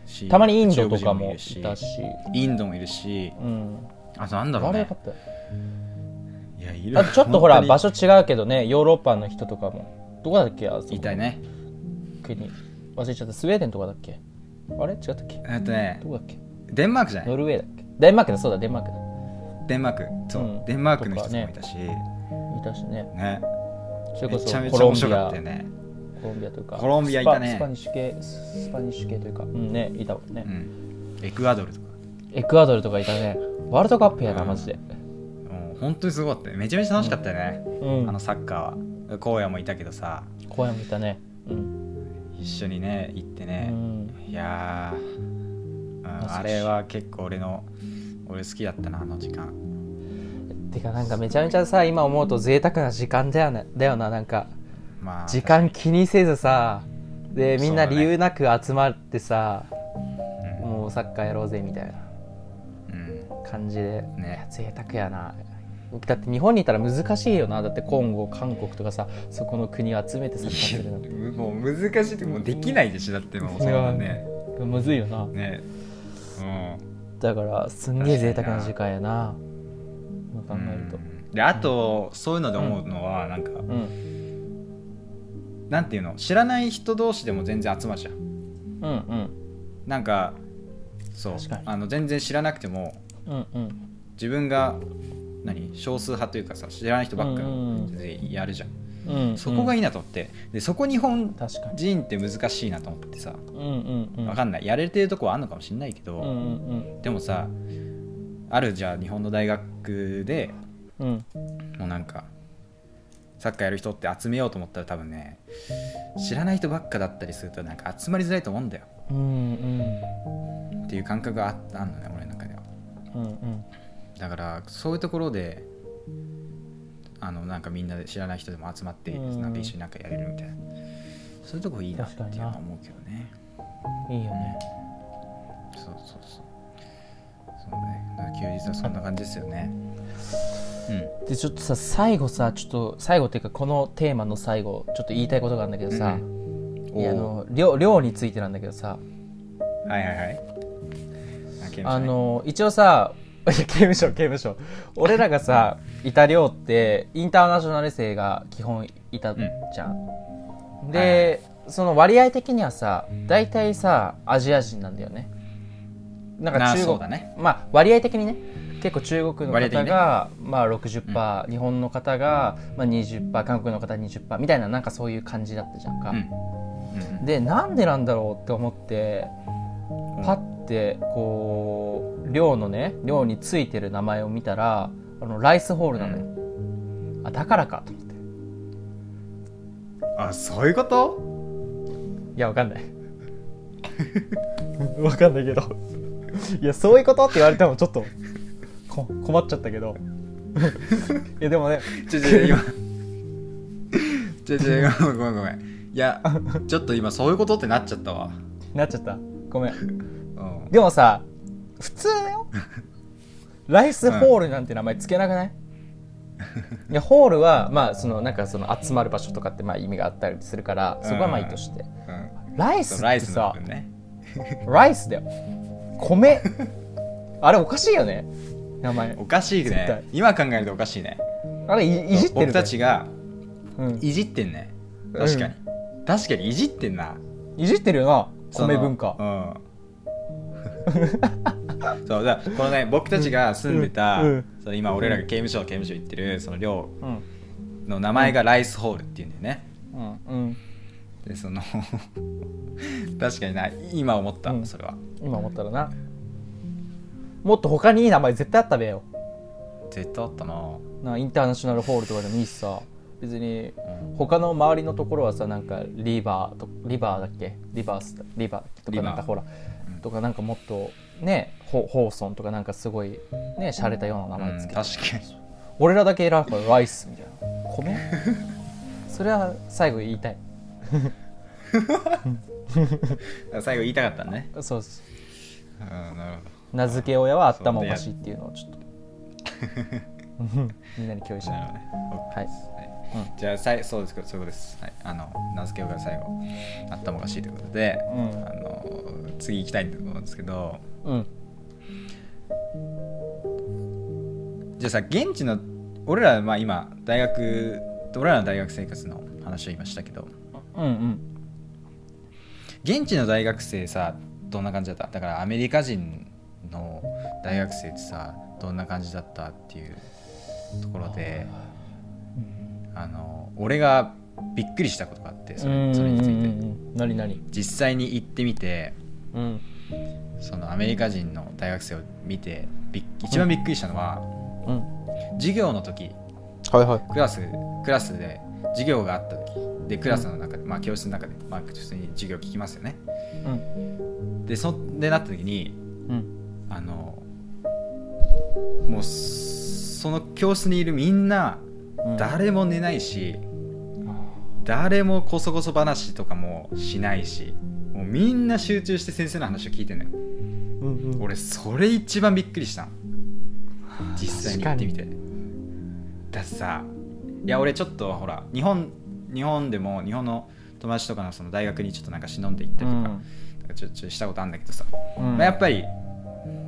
Speaker 2: し
Speaker 1: うんたまにインドとか
Speaker 2: 中国人
Speaker 1: も
Speaker 2: るし
Speaker 1: いたし
Speaker 2: インドもいるし
Speaker 1: うん
Speaker 2: あとなんだろ
Speaker 1: ワ
Speaker 2: う
Speaker 1: ールド
Speaker 2: ね
Speaker 1: カップ
Speaker 2: いやいる
Speaker 1: あとちょっとほら場
Speaker 2: 所
Speaker 1: 所違うけどねヨーロッパの人とかもどこだっけあそこ
Speaker 2: いたいね
Speaker 1: 国忘れちゃったスウェーデンとかだっけあれ違ったっけ
Speaker 2: えっとね
Speaker 1: どこだっけ
Speaker 2: デンマークじゃない
Speaker 1: ノルウェーだっけデンマークだそうだデンマークだ
Speaker 2: デンマークそう、
Speaker 1: うん
Speaker 2: デンマークの人
Speaker 1: とか
Speaker 2: とか
Speaker 1: ね
Speaker 2: もいたし
Speaker 1: いたしね
Speaker 2: ね
Speaker 1: それ
Speaker 2: め
Speaker 1: こ
Speaker 2: ち
Speaker 1: そ
Speaker 2: ゃめ
Speaker 1: コ
Speaker 2: ちゃ
Speaker 1: ロ
Speaker 2: 面
Speaker 1: ン
Speaker 2: 白
Speaker 1: ビ
Speaker 2: か
Speaker 1: ア
Speaker 2: ったよね
Speaker 1: コロンビアというか
Speaker 2: コロンビアいたね
Speaker 1: スパスパニッシュ系スパニッシュ系というかうんねいたもんね、
Speaker 2: うんエクアドルとか
Speaker 1: エクアドルとかいたねワールドカップやな
Speaker 2: うん
Speaker 1: マジで
Speaker 2: もう本当にすごかったねめちゃめちゃ楽しかったよね、
Speaker 1: うん
Speaker 2: あのサッカーは荒野もいたけどさ
Speaker 1: 公園もいたねうん、
Speaker 2: 一緒にね行って
Speaker 1: う
Speaker 2: ね、
Speaker 1: ん
Speaker 2: いやー、うん
Speaker 1: 懐かしい
Speaker 2: あれは結構俺の俺好きだったなあの時間
Speaker 1: てかなんかめちゃめちゃさ今思うと贅沢な時間だよなだよななんか
Speaker 2: まあ
Speaker 1: 時間気にせずさでみんな
Speaker 2: そう
Speaker 1: 理
Speaker 2: だね
Speaker 1: 由なく集まってさ、
Speaker 2: うん
Speaker 1: もうサッカーやろうぜみたいな
Speaker 2: うん
Speaker 1: 感じで、
Speaker 2: ね
Speaker 1: いや贅沢やなだって日本にいたら難しいよなだってコンゴ韓国とかさそこの国を集めてサッカーするなんて
Speaker 2: いやもう難しいってもうできないでしょだってもうそんなね
Speaker 1: むずいよな
Speaker 2: ねうん
Speaker 1: だからすんげえ贅沢な時間やな今考えると
Speaker 2: うんであとそういうので思うのはなんか、
Speaker 1: うん
Speaker 2: なんていうの知らない人同士でも全然集まるじゃん
Speaker 1: うんうん
Speaker 2: なんかそう
Speaker 1: 確かに
Speaker 2: あの全然知らなくても
Speaker 1: うんうん
Speaker 2: 自分が何少数派というかさ知らない人ばっか
Speaker 1: うんうん
Speaker 2: でやるじゃん、
Speaker 1: うんうん
Speaker 2: そこがい
Speaker 1: い
Speaker 2: いなと思ってでそこ日本
Speaker 1: 確かに
Speaker 2: 人って難しいなと思ってさ
Speaker 1: うんうんうん
Speaker 2: わかんないやれてるとこはあるのかもしれないけど、
Speaker 1: うんうん
Speaker 2: でもさあるじゃあ日本の大学で
Speaker 1: うんうん
Speaker 2: もうなんかサッカーやる人って集めようと思ったら多分ね知らない人ばっかだったりするとなんか集まりづらいと思うんだよ
Speaker 1: うんうん
Speaker 2: っていう感覚がああんのね俺の中では
Speaker 1: うんうん
Speaker 2: だからそういうところであのなんかみんなで知らない人でも集まって
Speaker 1: うん
Speaker 2: なんか一緒になんかやれるみたいなそういうとこいいなっていうのは思うけどね
Speaker 1: いいよね
Speaker 2: そうそうそうそうねだから休日はそんな感じですよねうん
Speaker 1: でちょっとさ最後さちょっと最後っていうかこのテーマの最後ちょっと言いたいことがあるんだけどさ、
Speaker 2: お
Speaker 1: いやあ
Speaker 2: ー
Speaker 1: の寮寮についてなんだけどさ、
Speaker 2: はいはいはいあ刑務所ね
Speaker 1: あの一応さ いや刑務所刑務所俺らがさいた寮ってインターナショナル生が基本いたじゃん、で、その割合的にはさ大体さアジア人なんだよねなん
Speaker 2: な
Speaker 1: か
Speaker 2: あ
Speaker 1: 中
Speaker 2: そ
Speaker 1: 国
Speaker 2: うだね
Speaker 1: まあ割合的にね結構中国の
Speaker 2: 割合的
Speaker 1: 方
Speaker 2: にね
Speaker 1: が、まあ60%、日本の方が、まあ、20%韓国の方20%みたいななんかそういう感じだったじゃんか、
Speaker 2: うんうん
Speaker 1: でなんでなんだろうって思ってパッてこう寮のね寮についてる名前を見たらあのライスホールなのよ、あだからかと思って
Speaker 2: あそういうこと
Speaker 1: いやわかんないわかんないけどいやそういうことって言われてもちょっとこ困っちゃったけどいやでもね
Speaker 2: ちょちょ 今ちょちょ今ごめんごめんいやちょっと今そういうことってなっちゃったわ
Speaker 1: なっちゃったごめん
Speaker 2: うん
Speaker 1: でもさ普通だ よライスホールなんて名前つけなくない、いやホールはまあそのなんかその集まる場所とかってまあ意味があったりするからそこはまあいいとして、
Speaker 2: うん
Speaker 1: ライス
Speaker 2: そ
Speaker 1: っ
Speaker 2: うラ
Speaker 1: て
Speaker 2: イスの
Speaker 1: さ
Speaker 2: 部分ね
Speaker 1: ライスだよ 米あれおかしいよね名前
Speaker 2: おかしい
Speaker 1: 絶対
Speaker 2: ね今考えるとおかしいね
Speaker 1: あれいいじってるね
Speaker 2: 僕たちが
Speaker 1: うん、
Speaker 2: いじってんね確かに、確かにいじってんない
Speaker 1: じってるよな
Speaker 2: その
Speaker 1: 米文化
Speaker 2: うん そうだからこのね僕たちが住んでた、
Speaker 1: うんうん
Speaker 2: その今俺らが刑務所刑務所行ってるその寮
Speaker 1: うん
Speaker 2: の名前がライスホールっていうんだよね、
Speaker 1: うんうん
Speaker 2: でその 確かにな今思った、
Speaker 1: うん
Speaker 2: それは
Speaker 1: 今思ったらなもっと他にいい名前絶対あったべよ
Speaker 2: 絶対あったな
Speaker 1: なインターナショナルホールとかでもいいしさ別に
Speaker 2: ん
Speaker 1: 他の周りのところはさなんかリバーとリバーだっけリバースリバーと
Speaker 2: リ
Speaker 1: か
Speaker 2: バ
Speaker 1: なん
Speaker 2: ー
Speaker 1: かほらとかなんかもっとねホホーソンとかなんかすごいね洒落たような名
Speaker 2: う
Speaker 1: 前
Speaker 2: ん
Speaker 1: つけ
Speaker 2: 確
Speaker 1: て、
Speaker 2: かに
Speaker 1: 俺らだけ選ぶからライスみたいな米 それは最後言いたい
Speaker 2: 最後言いたかったね
Speaker 1: そうです
Speaker 2: うんなるほ
Speaker 1: 名付け親は頭おかしいっていうのを ちょっとみんなに共有し
Speaker 2: ど
Speaker 1: な
Speaker 2: な
Speaker 1: が
Speaker 2: る
Speaker 1: ら
Speaker 2: ほどね
Speaker 1: はい、
Speaker 2: はいじゃあさいそうですそういうことです、はい、あの名付け親が最後あったもおかしいということで、
Speaker 1: うん
Speaker 2: あの次行きたいと思うんですけど
Speaker 1: うん、
Speaker 2: じゃあさ現地の俺らまあ今大学俺らの大学生活の話を言いましたけど
Speaker 1: うんうん
Speaker 2: 現地の大学生さどんな感じだっただからアメリカ人の大学生ってさどんな感じだったっていうところであの俺がびっくりしたことがあってそれそれにつ
Speaker 1: うんうんう
Speaker 2: い
Speaker 1: ん
Speaker 2: て
Speaker 1: うん何何
Speaker 2: 実際に行ってみて
Speaker 1: うん
Speaker 2: そのアメリカ人の大学生を見てびっ一番びっくりしたのは
Speaker 1: うん
Speaker 2: 授業の時
Speaker 1: はいはい
Speaker 2: クラスクラスで授業があった時でクラスの中で、まあ教室の中で、まあ、普通に授業聞きますよね
Speaker 1: うん
Speaker 2: でそんでなった時に
Speaker 1: うん
Speaker 2: あのもうその教室にいるみんな
Speaker 1: うん
Speaker 2: 誰も寝ないし、
Speaker 1: あ
Speaker 2: 誰もこそこそ話とかもしないしもうみんな集中して先生の話を聞いてんのよ
Speaker 1: ーうんうん
Speaker 2: 俺それ一番びっくりしたの実際に行ってみてだってさいや俺ちょっとほら日本日本でも日本の友達とかのその大学にちょっとなんか忍んで行ったりとか,、ちょちょちょしたことあるんだけどさ、
Speaker 1: うん
Speaker 2: まあ、やっぱり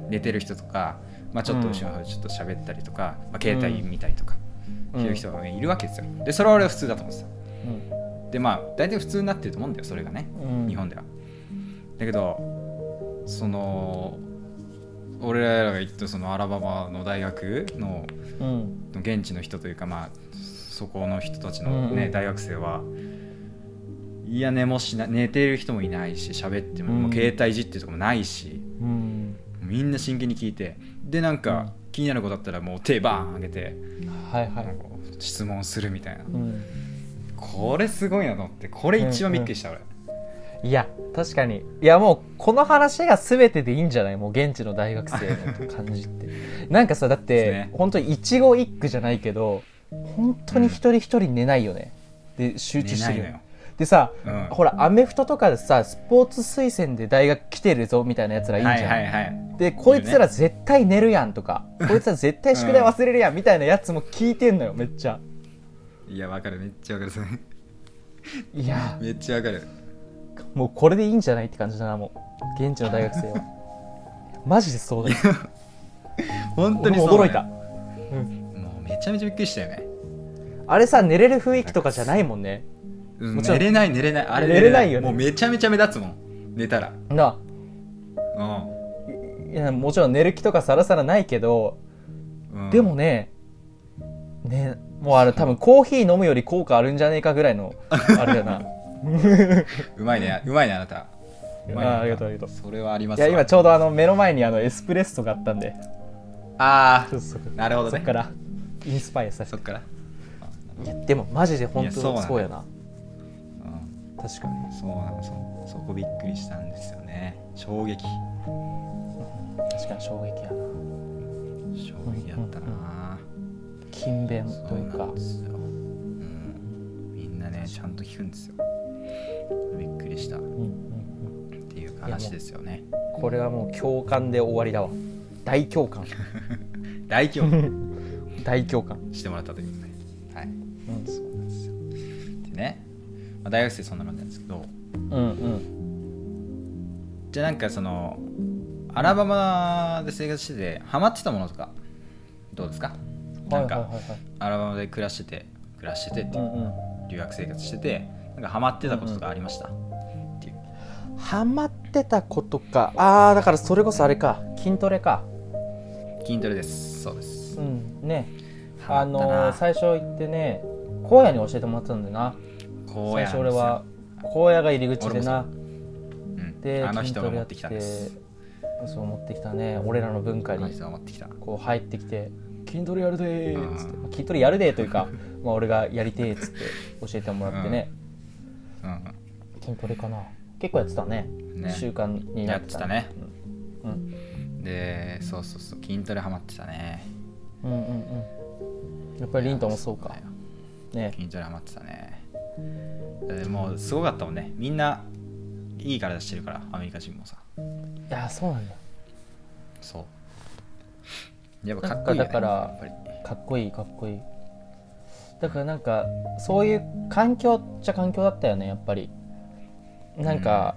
Speaker 2: 寝てる人とか、まあ、ちょっと後ろの方でちょっと喋ったりとか、まあ、携帯見たりとか、
Speaker 1: うん
Speaker 2: いう人がねいるわけですよでそれは俺は普通だと思ってた
Speaker 1: うん
Speaker 2: でまあ大体普通になってると思うんだよそれがね、
Speaker 1: うん
Speaker 2: 日本ではだけどその俺らが行ったそのアラバマの大学の
Speaker 1: うん
Speaker 2: の現地の人というかまあそこの人たちの、
Speaker 1: うん
Speaker 2: ね
Speaker 1: うん
Speaker 2: 大学生はいや寝もしな寝てる人もいないし喋っても,、
Speaker 1: うん
Speaker 2: もう携帯いじってるとかもないし
Speaker 1: うん
Speaker 2: みんな真剣に聞いてでなんか気になることあったらもう手バーン上げて
Speaker 1: はいは
Speaker 2: なん
Speaker 1: い
Speaker 2: かこう質問するみたいな
Speaker 1: うん
Speaker 2: これすごいなと思ってこれ一番びっくりした俺、
Speaker 1: いや確かにいやもうこの話が全てでいいんじゃないもう現地の大学生の感じって なんかさだっ
Speaker 2: です
Speaker 1: て、
Speaker 2: ね
Speaker 1: 本当に一期一会じゃないけど本当に一人一人寝ないよね、で集中
Speaker 2: 寝
Speaker 1: し
Speaker 2: な
Speaker 1: て
Speaker 2: い
Speaker 1: る
Speaker 2: のよ
Speaker 1: でさ、
Speaker 2: うん
Speaker 1: ほらアメフトとかでさスポーツ推薦で大学来てるぞみたいなやつらいいじゃん、
Speaker 2: はいはいはい
Speaker 1: でこいつら絶対寝るやんとか、こいつら絶対宿題忘れるやんみたいなやつも聞いてんのよめっちゃ
Speaker 2: いやわかるめっちゃわかる それ
Speaker 1: いや
Speaker 2: めっちゃわかる
Speaker 1: もうこれでいいんじゃないって感じだなもう現地の大学 生はマジでそうだよ
Speaker 2: 本当にそう
Speaker 1: 俺も驚い
Speaker 2: な
Speaker 1: た、
Speaker 2: のよもうめちゃめちゃびっくりしたよね
Speaker 1: あれさ寝れる雰囲気とかじゃないもんね
Speaker 2: うん
Speaker 1: もちろん
Speaker 2: 寝れない寝れないあれ
Speaker 1: 寝れないよね
Speaker 2: もうめちゃめちゃ目立つもん寝たらうん
Speaker 1: なあいやもちろん寝る気とかさらさらないけど、
Speaker 2: うん
Speaker 1: でもねねもうあれ多分コーヒー飲むより効果あるんじゃねえかぐらいのあれ だな
Speaker 2: うまいねうまいねあなたうまいね
Speaker 1: あありがとうありがとう
Speaker 2: それはありま
Speaker 1: い
Speaker 2: す
Speaker 1: や
Speaker 2: わ
Speaker 1: 今ちょうどあの目の前にあのエスプレッソがあったんで
Speaker 2: あ
Speaker 1: ちょっとそこ
Speaker 2: なるほどね
Speaker 1: そっからインスパイアされ
Speaker 2: あ
Speaker 1: て
Speaker 2: そっから、
Speaker 1: いやでもマジで本
Speaker 2: いやそう
Speaker 1: 当
Speaker 2: なんだ
Speaker 1: そうやな
Speaker 2: うん、
Speaker 1: 確かに
Speaker 2: そうなのそそこびっくりしたんですよね衝撃
Speaker 1: 確かに衝撃やな
Speaker 2: 衝撃やったな、
Speaker 1: 勤勉
Speaker 2: そ
Speaker 1: と
Speaker 2: う
Speaker 1: いう
Speaker 2: な
Speaker 1: か
Speaker 2: んですよ、うん、みんなねちゃんと聞くんですよびっくりしたっ
Speaker 1: うんうん
Speaker 2: ていう話ですよね
Speaker 1: うんこれはもう共感で終わりだわ大共感
Speaker 2: 大興奮
Speaker 1: 大共感
Speaker 2: してもらったということでは
Speaker 1: う
Speaker 2: い
Speaker 1: ん
Speaker 2: そうなんですよでね、まあ、大学生そんな感じなんですけど
Speaker 1: うん
Speaker 2: じゃあなんかそのアラバマで生活しててハマってたものとかどうですか
Speaker 1: うん
Speaker 2: なん
Speaker 1: はいは
Speaker 2: か
Speaker 1: いはいはい
Speaker 2: アラバマで暮らしてて暮らしててって
Speaker 1: う
Speaker 2: いうん
Speaker 1: うん
Speaker 2: 留学生活しててなんかハマってたこととかありました、っていう
Speaker 1: ハマってたことかあーだからそれこそあれか筋トレか
Speaker 2: 筋トレですそうです
Speaker 1: うんね
Speaker 2: ハ
Speaker 1: あ
Speaker 2: マった
Speaker 1: の
Speaker 2: な
Speaker 1: ー最初行ってね荒野に教えてもらってたんだよな
Speaker 2: こう
Speaker 1: 最
Speaker 2: や
Speaker 1: 初
Speaker 2: るん
Speaker 1: 俺
Speaker 2: ですよ
Speaker 1: は荒野が入り口でな
Speaker 2: うん
Speaker 1: で
Speaker 2: あの
Speaker 1: 筋
Speaker 2: 人が
Speaker 1: トレ
Speaker 2: 持
Speaker 1: や
Speaker 2: ってきたんです
Speaker 1: そう持ってきたね俺らの文化
Speaker 2: あの
Speaker 1: に
Speaker 2: 人が持ってきた
Speaker 1: こう入ってきて「筋トレやるでー」っつって
Speaker 2: うん
Speaker 1: まあ筋トレやるでー」というか まあ俺がやりてーっつって教えてもらってね、
Speaker 2: うん
Speaker 1: 筋トレかな結構やってたね
Speaker 2: うんね
Speaker 1: 習慣になってた
Speaker 2: やって
Speaker 1: うんうん
Speaker 2: でそうそうそう筋トレハマってたね
Speaker 1: うんうんうんやっぱりリントもそうか
Speaker 2: だよ
Speaker 1: ね
Speaker 2: 筋トレハマってたねえーもうすごかったもんねみんないい体してるからアメリカ人もさ
Speaker 1: いやそうなんだよ
Speaker 2: そうやっぱかっこいいよ、ね、
Speaker 1: なんかだから
Speaker 2: やっぱり
Speaker 1: かっこいいかっこいいだからなんかそういう環境っちゃ環境だったよねやっぱりなんか、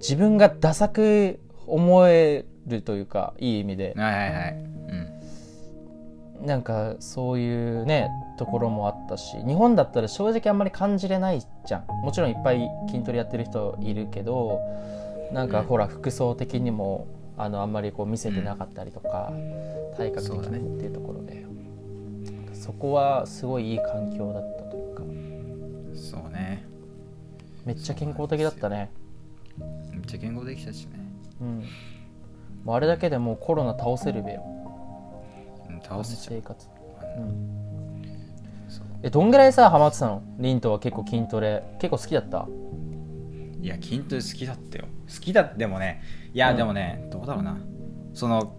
Speaker 1: 自分がダサく思えるというかいい意味で
Speaker 2: はいはいはいうん
Speaker 1: なんかそういうねところもあったし日本だったら正直あんまり感じれないじゃんもちろんいっぱい筋トレやってる人いるけどなんか
Speaker 2: うん
Speaker 1: ほら服装的にもあのあんまりこう見せてなかったりとか、体格的
Speaker 2: そうだね
Speaker 1: にっていうところでそ,、こはすごいいい環境だったというか
Speaker 2: そうね
Speaker 1: めっちゃ健康的だったね
Speaker 2: めっちゃ健康できたしね
Speaker 1: うんもうあれだけでもうコロナ倒せるべよ
Speaker 2: うん倒せちゃ
Speaker 1: 生
Speaker 2: う
Speaker 1: 活、
Speaker 2: あ
Speaker 1: うん、
Speaker 2: なんそう
Speaker 1: えどんぐらいさハマってたのリンとは結構筋トレ結構好きだった
Speaker 2: いや筋トレ好きだったよ好きだでもねいや、
Speaker 1: うん
Speaker 2: でもねどうだろうなその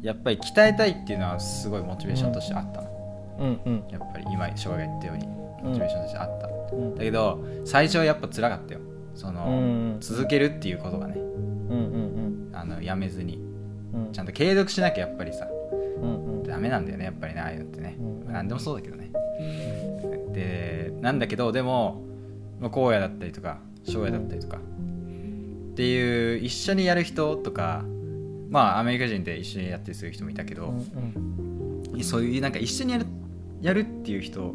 Speaker 2: やっぱり鍛えたいっていうのはすごいモチベーションとしてあったの、
Speaker 1: うんうん
Speaker 2: やっぱり今翔が言ったようにモチベーションとしてあった、
Speaker 1: うん
Speaker 2: だけど最初はやっぱ辛かったよその、
Speaker 1: うん
Speaker 2: 続けるっていうことがね
Speaker 1: うんうん
Speaker 2: あのやめずに
Speaker 1: うん
Speaker 2: ちゃんと継続しなきゃやっぱりさ
Speaker 1: うんうん
Speaker 2: ダメなんだよねやっぱりねああいうのってね、
Speaker 1: うん
Speaker 2: まあ、何でもそうだけどねでなんだけどでもまあ荒野だったりとか翔也だったりとかっていう一緒にやる人とかまあアメリカ人で一緒にやったりする人もいたけ
Speaker 1: う
Speaker 2: ど、
Speaker 1: ん
Speaker 2: そういうなんか一緒にやるやるっていう人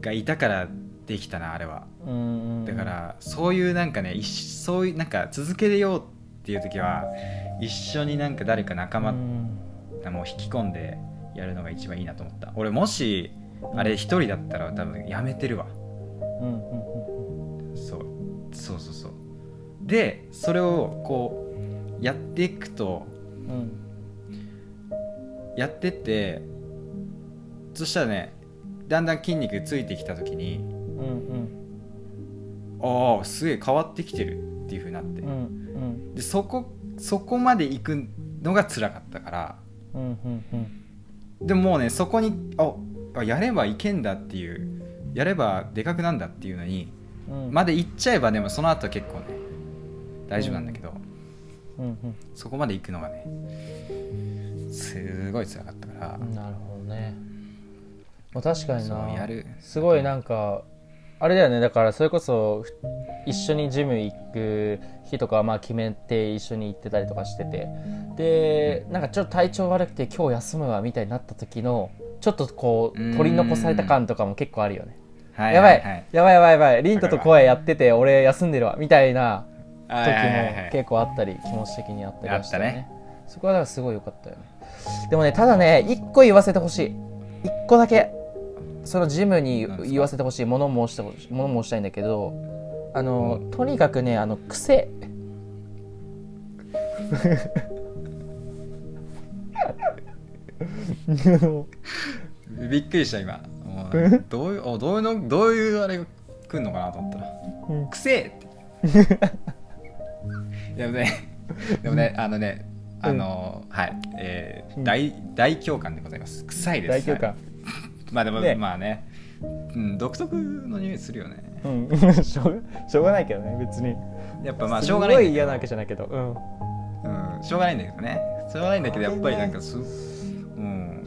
Speaker 2: がいたからできたなあれは
Speaker 1: うんうん
Speaker 2: だからそういうなんかね一緒そういうなんか続けようっていう時は一緒になんか誰か仲間
Speaker 1: うん
Speaker 2: もう引き込んでやるのが一番いいなと思った俺もしあれ一人だったら多分やめてるわ
Speaker 1: うんうんうん
Speaker 2: そうそうそうそうでそれをこうやっていくと
Speaker 1: うん
Speaker 2: やってってそしたらねだんだん筋肉ついてきた時に
Speaker 1: うん
Speaker 2: ああすげえ変わってきてるっていう風になって
Speaker 1: うんうん
Speaker 2: でそこそこまで行くのが辛かったから
Speaker 1: うんうんうんうん
Speaker 2: でももうねそこにああやればいけんだっていうやればでかくなんだっていうのに
Speaker 1: うん
Speaker 2: まで行っちゃえばでもその後は結構ね大丈夫なんだけど、
Speaker 1: うん
Speaker 2: そこまで行くのがねすごい辛かったから
Speaker 1: う、んなるほどねまあ確かに
Speaker 2: そ
Speaker 1: な
Speaker 2: うやる
Speaker 1: すごいなんかあれだよねだからそれこそふ一緒にジム行く日とかはまあ決めて一緒に行ってたりとかしててでなんかちょっと体調悪くて今日休むわみたいになった時のちょっとこ
Speaker 2: うー
Speaker 1: うん取り残された感とかも結構あるよね
Speaker 2: は
Speaker 1: やば
Speaker 2: はい
Speaker 1: やばいやばいやばいリントと声やってて俺休んでるわみたいな時
Speaker 2: はいはいはい
Speaker 1: も
Speaker 2: はい
Speaker 1: 結構あったり気持ち的にあったりはしたよ
Speaker 2: あった
Speaker 1: ねそこはだからすごい良かったよねでもねただね一個言わせてほしい一個だけそのジムに
Speaker 2: なんですか
Speaker 1: 言わせてほしいもの申してほしい物申したいんだけどあの、とにかくねあの癖あの
Speaker 2: びっくりした今もうどういうおどういうのどういうあれが来るのかなと思ったら
Speaker 1: うん
Speaker 2: 「くせえ!」って でもねでもねあのねあの、はい、えー
Speaker 1: うん
Speaker 2: 大大共感でございます臭いです
Speaker 1: 大教
Speaker 2: は
Speaker 1: 官
Speaker 2: いまあでも、
Speaker 1: ね
Speaker 2: まあね、うん、独特の匂いするよね
Speaker 1: うん しょうしょうがないけどね別に
Speaker 2: やっぱまあしょうがない
Speaker 1: すごい
Speaker 2: んだ
Speaker 1: 嫌なわけじゃないけどうん
Speaker 2: けど、うん、しょうがないんだけどねしょうがないんだけどやっぱりなんかすうん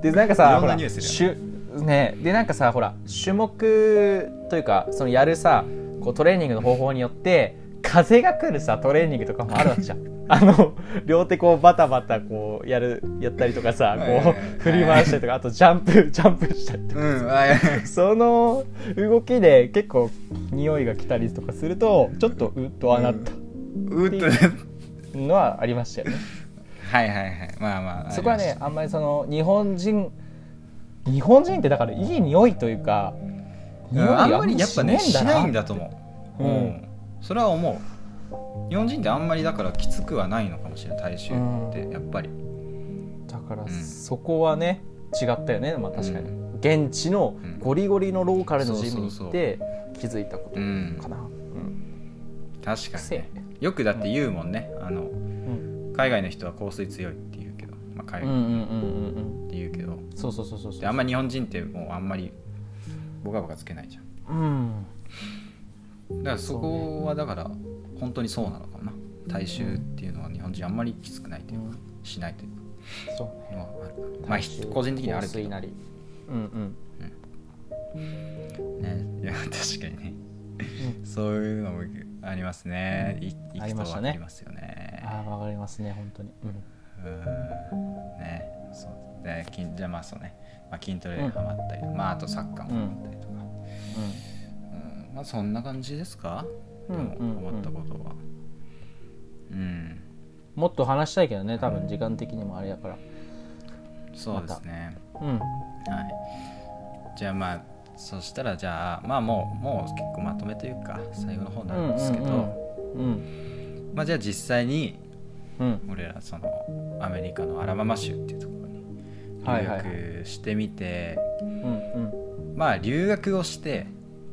Speaker 1: でなんか
Speaker 2: いろ
Speaker 1: さ
Speaker 2: ん
Speaker 1: ほら
Speaker 2: なニュース
Speaker 1: 種ねでなんかさほら種目というかそのやるさこうトレーニングの方法によって風が来るさトレーニングとかもあるわけじゃ んあの両手こうバタバタこうやるやったりとかさ
Speaker 2: はいはいは
Speaker 1: こ
Speaker 2: いう
Speaker 1: 振り回したりとかあとジャンプジャンプしたりとか
Speaker 2: うんあいや
Speaker 1: その動きで結構匂いが来たりとかするとちょっとうっとはなった
Speaker 2: うっと
Speaker 1: のはありましたよね
Speaker 2: はいはいはいまあまあ
Speaker 1: そこはねあんまりその日本人日本人ってだからいい匂いというか
Speaker 2: うんあんまり
Speaker 1: り
Speaker 2: やっぱねし
Speaker 1: し
Speaker 2: ないん
Speaker 1: だ
Speaker 2: だと思う、
Speaker 1: うん
Speaker 2: それは思う日本人ってあんまりだからきつくはないのかもしれない大衆ってやっぱり、
Speaker 1: だから
Speaker 2: ん
Speaker 1: そこはね違ったよねまあ確かに、
Speaker 2: う
Speaker 1: 現地の
Speaker 2: うん
Speaker 1: ゴリゴリのローカルの
Speaker 2: そうそう
Speaker 1: ジ
Speaker 2: そう
Speaker 1: ムに行って気づいたこと
Speaker 2: うん
Speaker 1: かなうん
Speaker 2: 確かに
Speaker 1: 癖
Speaker 2: ねよくだって言うもんね、あの
Speaker 1: うん
Speaker 2: 海外の人は香水強いって言うけど、まあ、海
Speaker 1: うんうんうん
Speaker 2: 外っ
Speaker 1: うん
Speaker 2: て言うけど、
Speaker 1: うんそうそうそうそうそう
Speaker 2: であんまり日本人ってもうあんまりボカボカつけないじゃん
Speaker 1: うん
Speaker 2: だからそこはだから本当にそうなのかもな大衆っていうのは日本人あんまりきつくないというかしないという
Speaker 1: そう
Speaker 2: のはあるまあひ個人的にはあるけ
Speaker 1: 香水
Speaker 2: ど
Speaker 1: なりうん
Speaker 2: ね、いや確かにね、そういうのもありますね、い
Speaker 1: あ
Speaker 2: い
Speaker 1: り
Speaker 2: く
Speaker 1: ま
Speaker 2: と
Speaker 1: し
Speaker 2: は
Speaker 1: た
Speaker 2: あ
Speaker 1: ね
Speaker 2: りますよ
Speaker 1: うん
Speaker 2: ね
Speaker 1: ああわかりますね本当にうん
Speaker 2: うんねそうで筋じゃあまあそうね、まあ、筋トレにハマったり、まああとサッカーもハマったりとか、うんまあそんな感じですか、
Speaker 1: うん
Speaker 2: でも
Speaker 1: うん
Speaker 2: 思ったことはうん
Speaker 1: もっと話したいけどね多分時間的にもあれやから
Speaker 2: そうですね、
Speaker 1: うん
Speaker 2: はいじゃあまあそしたらじゃあまあもうもう結構まとめというか最後の方になるんですけど、
Speaker 1: うん
Speaker 2: まあじゃあ実際に
Speaker 1: うん
Speaker 2: 俺らそのアメリカのアラバマ州っていうところに
Speaker 1: はい
Speaker 2: 留
Speaker 1: はい
Speaker 2: 学してみて、
Speaker 1: うんうん
Speaker 2: まあ留学をして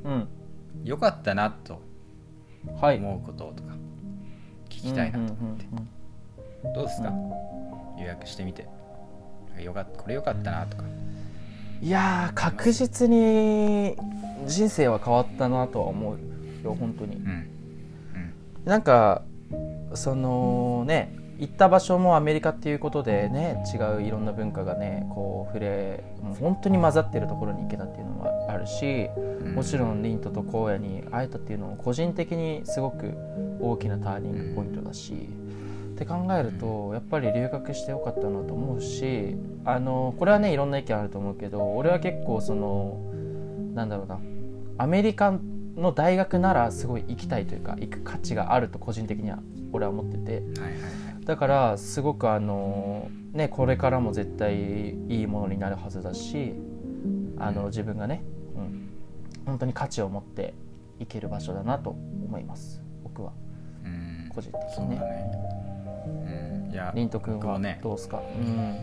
Speaker 1: うん
Speaker 2: よかったなと
Speaker 1: はい
Speaker 2: 思うこととか聞きたいなと思って、
Speaker 1: うんうんうん
Speaker 2: どうですか、
Speaker 1: う
Speaker 2: 予約してみてよかっこれよかったなとか
Speaker 1: いやー確実に人生は変わったなとは思うよ本当に
Speaker 2: うん
Speaker 1: なんかそのね行った場所もアメリカっていうことでね違ういろんな文化がねこう触れもう本当に混ざってるところに行けたっていうのもあるし
Speaker 2: うん、
Speaker 1: もち
Speaker 2: ん
Speaker 1: ろんリントとコウヤに会えたっていうのも個人的にすごく大きなターニングポイントだし、って考えるとやっぱり留学してよかったなと思うしあのこれはねいろんな意見あると思うけど俺は結構そのなんだろうなアメリカの大学ならすごい行きたいというか行く価値があると個人的には俺は思ってて
Speaker 2: はいはいはい
Speaker 1: だからすごくあのねこれからも絶対いいものになるはずだしあの自分がね、うん、本当に価値を持っていける場所だなと思います僕は
Speaker 2: うん
Speaker 1: 個人的
Speaker 2: そう
Speaker 1: に
Speaker 2: だ
Speaker 1: ね。
Speaker 2: ねうんいや
Speaker 1: 凛斗くん
Speaker 2: 僕も
Speaker 1: は
Speaker 2: ね
Speaker 1: どうですか、うん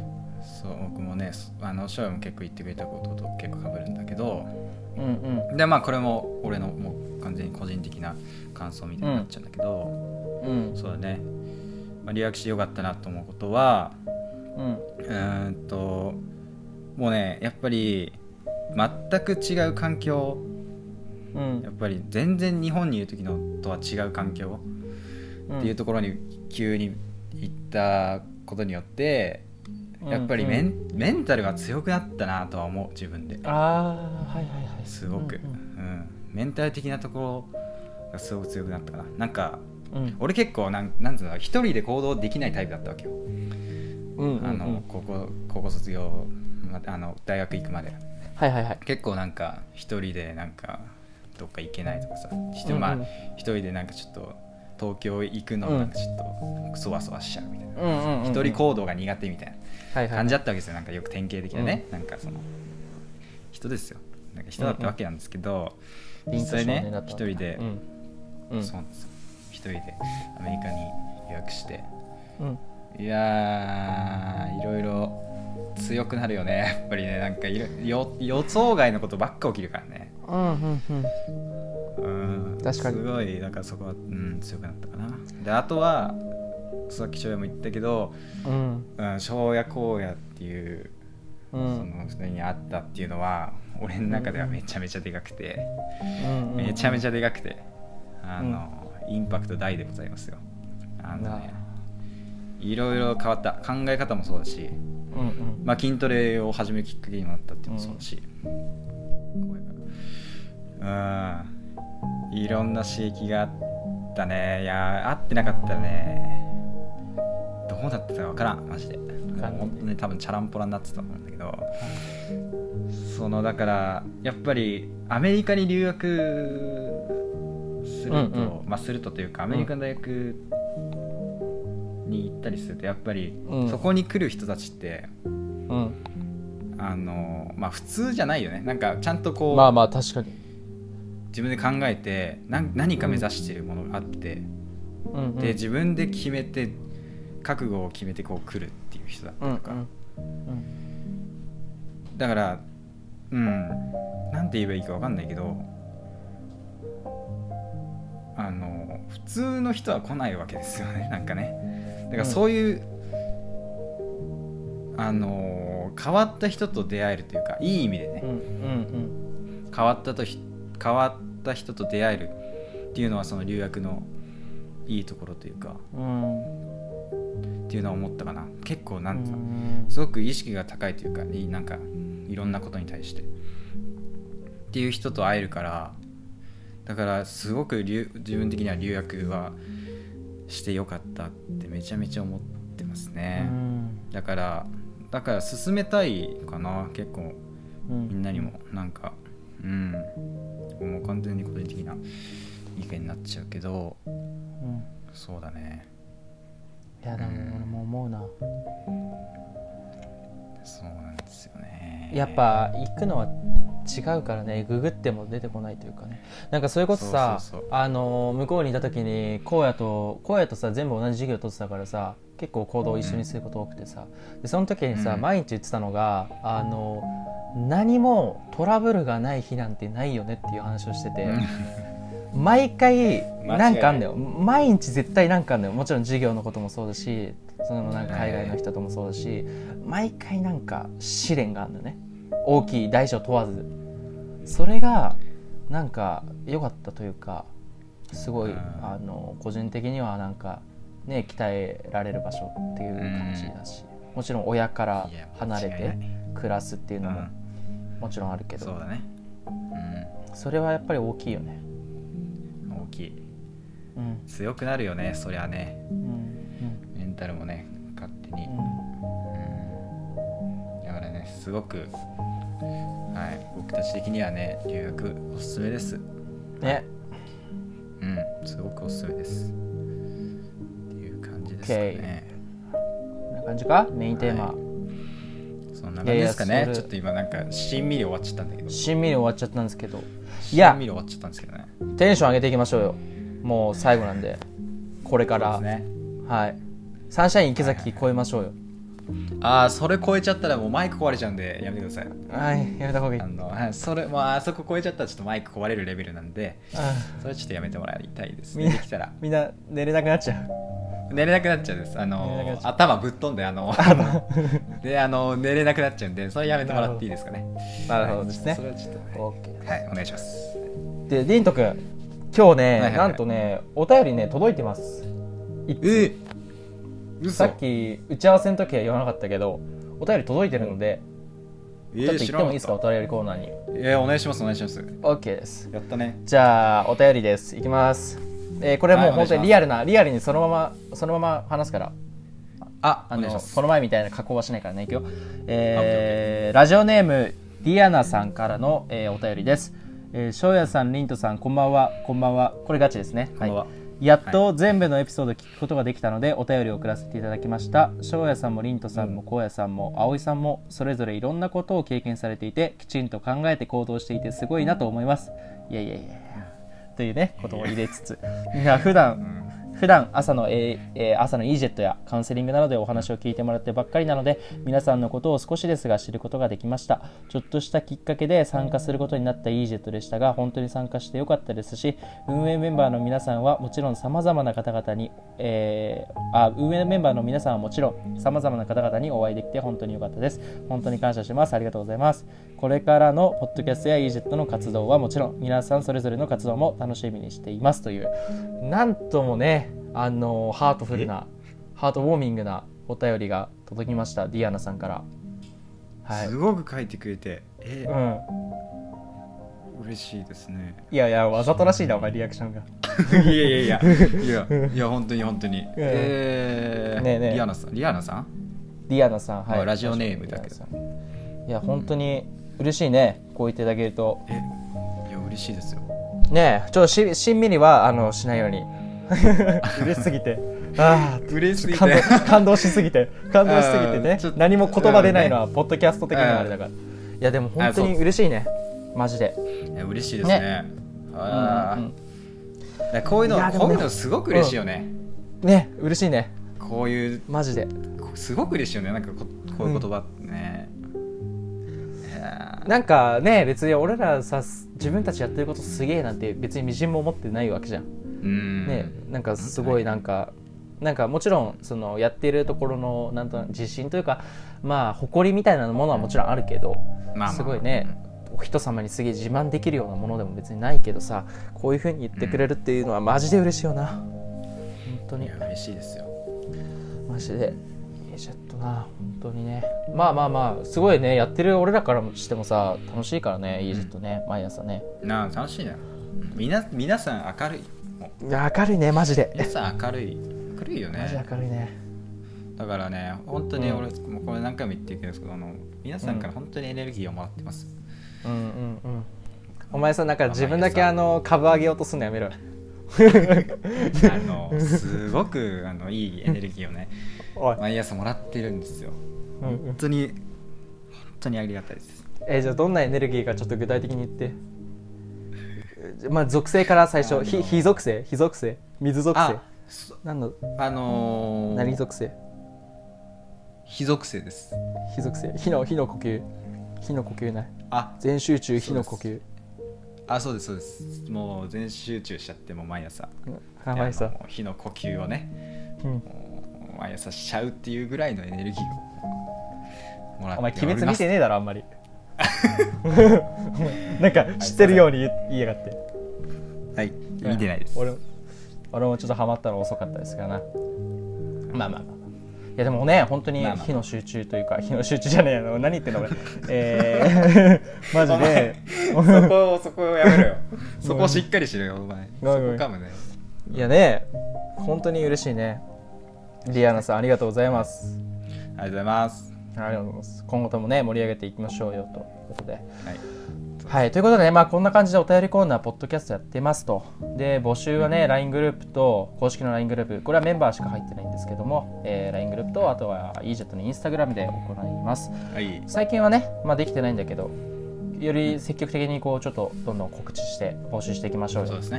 Speaker 2: そう僕もねそあの翔也も結構言ってくれたことと結構被るんだけど
Speaker 1: うんうん
Speaker 2: でまあこれも俺のもう完全に個人的な感想みたいになっちゃうんだけど、
Speaker 1: うん
Speaker 2: そうだね、まあ、留学してよかったなと思うことは
Speaker 1: うん
Speaker 2: うーんともうねやっぱり全く違う環境
Speaker 1: うん
Speaker 2: やっぱり全然日本にいる時のとは違う環境
Speaker 1: うん
Speaker 2: っていうところに急に行ったことによってやっぱりメン,、
Speaker 1: うん
Speaker 2: メンタルが強くなったなとは思う自分で
Speaker 1: ああはいはいはい
Speaker 2: すごく、
Speaker 1: う
Speaker 2: うんんメンタル的なところがすごく強くなったかななんか
Speaker 1: うんうん
Speaker 2: 俺結構なんなんつうの一人で行動できないタイプだったわけよ
Speaker 1: うんうん
Speaker 2: あの高校高校卒業まあの大学行くまで
Speaker 1: はいはいはい
Speaker 2: 結構なんか一人でなんかどっか行けないとかさ一人,、まあ
Speaker 1: うんうん
Speaker 2: 一人でなんかちょっと東京行くのもなんかちょっとそわそわしちゃうみたいな、
Speaker 1: うんうんうんうん
Speaker 2: 一人行動が苦手みたい
Speaker 1: はい
Speaker 2: な
Speaker 1: は
Speaker 2: 感
Speaker 1: い
Speaker 2: じだったわけですよなんかよく典型的なね、なんかその人ですよなんか人だったわけなんですけど、
Speaker 1: 凛
Speaker 2: 実
Speaker 1: 斗少
Speaker 2: 際
Speaker 1: 年
Speaker 2: ね
Speaker 1: だった
Speaker 2: 一人で、
Speaker 1: うんうん
Speaker 2: そうなんですよ一人でアメリカに予約して
Speaker 1: うん
Speaker 2: いやーいろいろ強くなるよね やっぱりねなんかいろよ予想外のことばっか起きるからね
Speaker 1: うんうんうん
Speaker 2: うん
Speaker 1: 確かに
Speaker 2: すごいだからそこは、うん、強くなったかなであとはさっき翔也も言ったけど
Speaker 1: うん
Speaker 2: うん翔也荒也っていう、
Speaker 1: う
Speaker 2: そ
Speaker 1: ん
Speaker 2: の人に会ったっていうのは俺の中ではめちゃめちゃでかくて、
Speaker 1: うん
Speaker 2: めちゃめちゃでかくてあの、インパクト大でございますよあのね
Speaker 1: なあ
Speaker 2: いろいろ変わった考え方もそうだし、
Speaker 1: うんうん
Speaker 2: まあ、筋トレを始めるきっかけにもなったっていうのもそうだし、こういうのうんいろんな刺激があったねいやあってなかったらねどうなってたか分からんマジで
Speaker 1: からんね
Speaker 2: 本当に多分チャランポラになってたと思うんだけどそのだからやっぱりアメリカに留学すると、
Speaker 1: うん
Speaker 2: まあするとというかアメリカの大学に行ったりするとやっぱり、
Speaker 1: うん
Speaker 2: そこに来る人たちって
Speaker 1: うん
Speaker 2: あのまあ普通じゃないよねなんかちゃんとこう、
Speaker 1: まあまあ確かに
Speaker 2: 自分で考えてなん何か目指してるものがあって、
Speaker 1: うんうん
Speaker 2: で自分で決めて覚悟を決めてこう来るっていう人だった
Speaker 1: うん
Speaker 2: り
Speaker 1: う
Speaker 2: とか、
Speaker 1: ん
Speaker 2: だからうんなんて言えばいいか分かんないけどあの普通の人は来ないわけですよね なんかねだからそういう、あの変わった人と出会えるというかいい意味でね、
Speaker 1: うんうん
Speaker 2: 変わったとひ変わった人と出会えるっていうのはその留学のいいところというか
Speaker 1: うん
Speaker 2: っていうのは思ったかな結構なんていうの
Speaker 1: ん
Speaker 2: すごく意識が高いというかいいなんかいろんなことに対してっていう人と会えるからだからすごく留自分的には留学はしてよかったってめちゃめちゃ思ってますねだからだから進めたいかな結構
Speaker 1: うん
Speaker 2: みんなにもなんかうんもう完全に個人的な意見になっちゃうけど
Speaker 1: うん
Speaker 2: そうだね
Speaker 1: いやでも俺も思うな
Speaker 2: そうなんですよね
Speaker 1: やっぱ行くのは違うからねググっても出てこないというかねなんかそれこそさ
Speaker 2: そうそうそう
Speaker 1: あのー向こうにいた時に荒野と荒野とさ全部同じ授業取ってたからさ結構行動を一緒にすること多くてさでその時にさ、
Speaker 2: うん
Speaker 1: 毎日言ってたのがあの何もトラブルがない日なんてないよねっていう話をしてて、
Speaker 2: うん
Speaker 1: 毎回
Speaker 2: 間違いない
Speaker 1: なんかあんだよ毎日絶対なんかあんだよもちろん授業のこともそうだしそのなんか海外の人ともそうだし、毎回なんか試練があるんだよね大きい大小問わずそれがなんか良かったというかすごい
Speaker 2: うん
Speaker 1: あの個人的にはなんかね鍛えられる場所っていう感じだし、もちろん親から
Speaker 2: いや間
Speaker 1: 離
Speaker 2: 違い
Speaker 1: れ
Speaker 2: ない
Speaker 1: て暮らすっていう
Speaker 2: う
Speaker 1: のも
Speaker 2: ん
Speaker 1: もちろんあるけど、
Speaker 2: そうだね
Speaker 1: それはやっぱり大きいよね。
Speaker 2: うん大きい
Speaker 1: うん
Speaker 2: 強くなるよねそりゃね
Speaker 1: うん
Speaker 2: メンタルもね勝手に、
Speaker 1: う
Speaker 2: うんだからねすごくはい僕たち的にはね留学おすすめです
Speaker 1: んね
Speaker 2: うんすごくおすすめですっていう感じですかね、
Speaker 1: こんな感じかメインテーマ、
Speaker 2: はそんな感じですか
Speaker 1: いやい
Speaker 2: ね
Speaker 1: やそれ
Speaker 2: ちょっと今なんかしんみり終わっちゃったんだけど
Speaker 1: しんみり終わっちゃったんですけどい
Speaker 2: し
Speaker 1: や
Speaker 2: んみり終わっちゃったんですけどね
Speaker 1: テンション上げていきましょうよもう最後なんでこれか
Speaker 2: そうで
Speaker 1: ら、
Speaker 2: すね
Speaker 1: はいサンシャイン池崎超えましょうよ
Speaker 2: ああそれ超えちゃったらもうマイク壊れちゃうんでやめてください
Speaker 1: はいやめた方がいい
Speaker 2: あのはいそれもうあそこ超えちゃったらちょっとマイク壊れるレベルなんで
Speaker 1: あ
Speaker 2: それちょっとやめてもらいたいです
Speaker 1: み
Speaker 2: ね
Speaker 1: ん
Speaker 2: で
Speaker 1: な
Speaker 2: きたら
Speaker 1: みんな寝れなくなっちゃう
Speaker 2: 寝れなくなっちゃうんですあ
Speaker 1: 寝れなくな
Speaker 2: の
Speaker 1: っちゃう
Speaker 2: 頭ぶっ飛んで あのであの寝れなくなっちゃうんでそれやめてもらっていいですかね
Speaker 1: なるほどですね
Speaker 2: はいそれはちょっとは
Speaker 1: OK
Speaker 2: い、はい、お願いします
Speaker 1: でディーント君今日ね、
Speaker 2: いはいはい
Speaker 1: なんとねお便りね届いてますい
Speaker 2: えっ嘘
Speaker 1: さっき打ち合わせの時は言わなかったけどお便り届いてるので、
Speaker 2: え
Speaker 1: ちょっと行ってもいいですか
Speaker 2: 知らな
Speaker 1: お便りコーナーに
Speaker 2: ったえーお願いしますお願いします
Speaker 1: OK です
Speaker 2: やったね
Speaker 1: じゃあお便りですいきます、えーこれはもう
Speaker 2: はいお願
Speaker 1: 本
Speaker 2: いします
Speaker 1: 当にリアルな、リアルにそのままそのまま話すから
Speaker 2: あ
Speaker 1: あ
Speaker 2: お願いし
Speaker 1: の
Speaker 2: ます
Speaker 1: この前みたいな加工はしないからねいくよ、えーラジオネームディアナさんからの、えーお便りですえー翔也さん、リントさん、こんばんは、こんばんは、これガチですね。、
Speaker 2: こんばんはい
Speaker 1: やっと全部のエピソード聞くことができたので、お便りを送らせていただきました。翔也さんもリントさんも、こうやさんも、葵さんも、それぞれいろんなことを経験されていて、きちんと考えて行動していて、すごいなと思います。いやいやいやいや。というね、ことを入れつつ、いや普段、普段朝の、えーえー朝の EJET やカウンセリングなどでお話を聞いてもらってばっかりなので皆さんのことを少しですが知ることができましたちょっとしたきっかけで参加することになった EJET でしたが本当に参加してよかったですし運営メンバーの皆さんはもちろんさまざまな方々に、えーあ運営メンバーの皆さんはもちろんさまざまな方々にお会いできて本当に良かったです本当に感謝しますありがとうございますこれからのポッドキャストや EJET の活動はもちろん皆さんそれぞれの活動も楽しみにしていますというなんともね、あのハートフルな、ハートウォーミングなお便りが届きました、ディアナさんから。はい。
Speaker 2: すごく書いてくれてえ
Speaker 1: う
Speaker 2: ー
Speaker 1: ん。
Speaker 2: 嬉しいで すね
Speaker 1: いやいや、わざとらしいな、お前、リアクションが。
Speaker 2: いやいやいやいやいや本当に本当にえー
Speaker 1: ねえねえ
Speaker 2: リアナさんリアナさん
Speaker 1: ディアナさん、は
Speaker 2: あ
Speaker 1: い。
Speaker 2: ラジオネームだけど
Speaker 1: ディアナさんいや、本当に嬉しいね、こう言っていただけると。
Speaker 2: えいや嬉しいですよ
Speaker 1: ねえ、ちょっとししんみりはあのしないよう に。嬉しすぎて。ああ。
Speaker 2: 嬉しい
Speaker 1: 感動感動しすぎて感動しすぎて
Speaker 2: う
Speaker 1: ね
Speaker 2: んちょっと
Speaker 1: 何も言葉出ないのはポッドキャスト的なあれだから、いやでも本当
Speaker 2: あ
Speaker 1: に
Speaker 2: そう
Speaker 1: 嬉しいねマジで
Speaker 2: え嬉しいですねああ、
Speaker 1: うんうん
Speaker 2: だからこういうの
Speaker 1: いやでも
Speaker 2: こ
Speaker 1: ね
Speaker 2: ういうのすごく嬉しいよね、
Speaker 1: ね嬉しいね
Speaker 2: こういう
Speaker 1: マジで
Speaker 2: すごく嬉しいよねなんかここういう言葉ってね、いや
Speaker 1: なんかね別に俺らさす自分たちやってることすげえなんて別にみじんも思ってないわけじゃん
Speaker 2: ーうん
Speaker 1: ねなんかすご
Speaker 2: はい
Speaker 1: なんかなんかもちろんそのやってるところのなんとなく自信というかまあ誇りみたいなものはもちろんあるけど
Speaker 2: まあまあ
Speaker 1: すごいねお人様にすげえ自慢できるようなものでも別にないけどさこういうふうに言ってくれるっていうのはマジで嬉しいよな本当
Speaker 2: い
Speaker 1: に
Speaker 2: や嬉しいですよ
Speaker 1: マジでいやちょっとな本当にねまあまあまあすごいねやってる俺らからしてもさ楽しいからねイージットね毎朝ね
Speaker 2: なあ楽しいなみな皆さん明るいもう
Speaker 1: いや明るいねマジで
Speaker 2: 皆さん明るい明るいよ
Speaker 1: マジ
Speaker 2: ね
Speaker 1: 明るいね
Speaker 2: だからね本当に
Speaker 1: うん
Speaker 2: 俺、もうこれ何回も言ってるけどあの皆さんから本当にエネルギーをもらって ます、
Speaker 1: うんうんうんお前さなんか自分だけ
Speaker 2: 甘い
Speaker 1: あの株上げようとすんのやめろよ
Speaker 2: あのすごくあのいいエネルギーをね
Speaker 1: おい、
Speaker 2: 毎朝もらってるんですよ
Speaker 1: うんうん
Speaker 2: 本当に本当にありがたいです
Speaker 1: えじゃあどんなエネルギーかちょっと具体的に言ってえまあ属性から最
Speaker 2: あ
Speaker 1: 初
Speaker 2: の
Speaker 1: ひ火属性火属性水属性
Speaker 2: あそ
Speaker 1: 何の
Speaker 2: あのー、
Speaker 1: 何属性
Speaker 2: 非属性です
Speaker 1: 火属性火の火の呼吸火の呼吸ない
Speaker 2: あ
Speaker 1: 全集中火の呼吸
Speaker 2: あそうですそうですもう全集中しちゃってもう毎朝
Speaker 1: あ毎
Speaker 2: で
Speaker 1: 朝
Speaker 2: あの火の呼吸をね
Speaker 1: うん
Speaker 2: もう毎朝しちゃうっていうぐらいのエネルギーをもらっ
Speaker 1: お前鬼
Speaker 2: ており
Speaker 1: 滅
Speaker 2: ま
Speaker 1: 見
Speaker 2: す
Speaker 1: てねえだろあんまり なんか知ってるように言言いやがって
Speaker 2: はい見てないです
Speaker 1: 俺も俺もちょっとハマったの遅かったですからなまあまあまあまあいやでもね本当に
Speaker 2: まあまあまあ
Speaker 1: 火の集中というか火の集中じゃねえの何言ってんの俺え ーマジで
Speaker 2: お前そこをそこをや めろよそこをしっかりしろよお前そこ
Speaker 1: ごめん
Speaker 2: 噛むね
Speaker 1: いやね本当に嬉しいねリアナさんありがとうございます
Speaker 2: ありがとうございます
Speaker 1: ありがとうございます今後ともね盛り上げていきましょうよということで
Speaker 2: はい
Speaker 1: はい、ということでね、まあ、こんな感じでお便りコーナー、ポッドキャストやってますと。で、募集はね、LINE グループと、公式の LINE グループ、これはメンバーしか入ってないんですけども、えー LINE グループと、あとは EJET の Instagram で行います。
Speaker 2: はい
Speaker 1: 最近はね、まあ、できてないんだけど、より積極的にこう、ちょっとどんどん告知して、募集していきましょう
Speaker 2: そう
Speaker 1: よ
Speaker 2: で。すね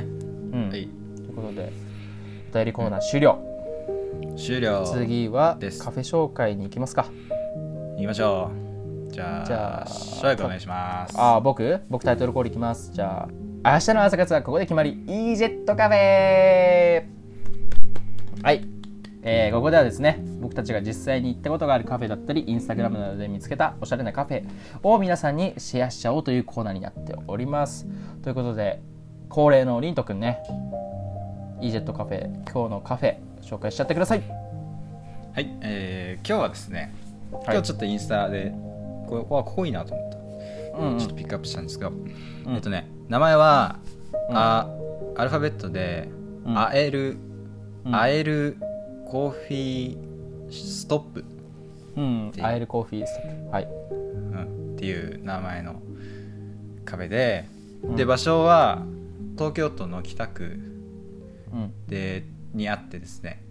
Speaker 1: うん、
Speaker 2: は
Speaker 1: とい
Speaker 2: いう
Speaker 1: ことで、お便りコーナー終了。
Speaker 2: 終了
Speaker 1: 次は
Speaker 2: です
Speaker 1: カフェ紹介に行きますか。
Speaker 2: 行きましょうじゃあ
Speaker 1: じゃあ
Speaker 2: 翔也くんお願いします
Speaker 1: あー僕僕タイトルコールいきますじゃあ明日の朝活はここで決まり EJET カフェはい、えーここではですね僕たちが実際に行ったことがあるカフェだったりインスタグラムなどで見つけたおしゃれなカフェを皆さんにシェアしちゃおうというコーナーになっておりますということで恒例のりんとくんね EJET カフェ今日のカフェ紹介しちゃってください
Speaker 2: はい、えー今日はですね、
Speaker 1: い
Speaker 2: 今日ちょっとインスタで、ここはここいいなと思った、
Speaker 1: うんうん
Speaker 2: ちょっとピックアップしたんですけど、えっとね、名前は、
Speaker 1: うん
Speaker 2: あアルファベットで、
Speaker 1: うん
Speaker 2: あえる、
Speaker 1: うん
Speaker 2: あえるコーヒーストップ、
Speaker 1: うんアイルコーヒーですはい
Speaker 2: うんっていう名前の壁で、で
Speaker 1: うん
Speaker 2: 場所は東京都の北区
Speaker 1: うん
Speaker 2: でにあってですね、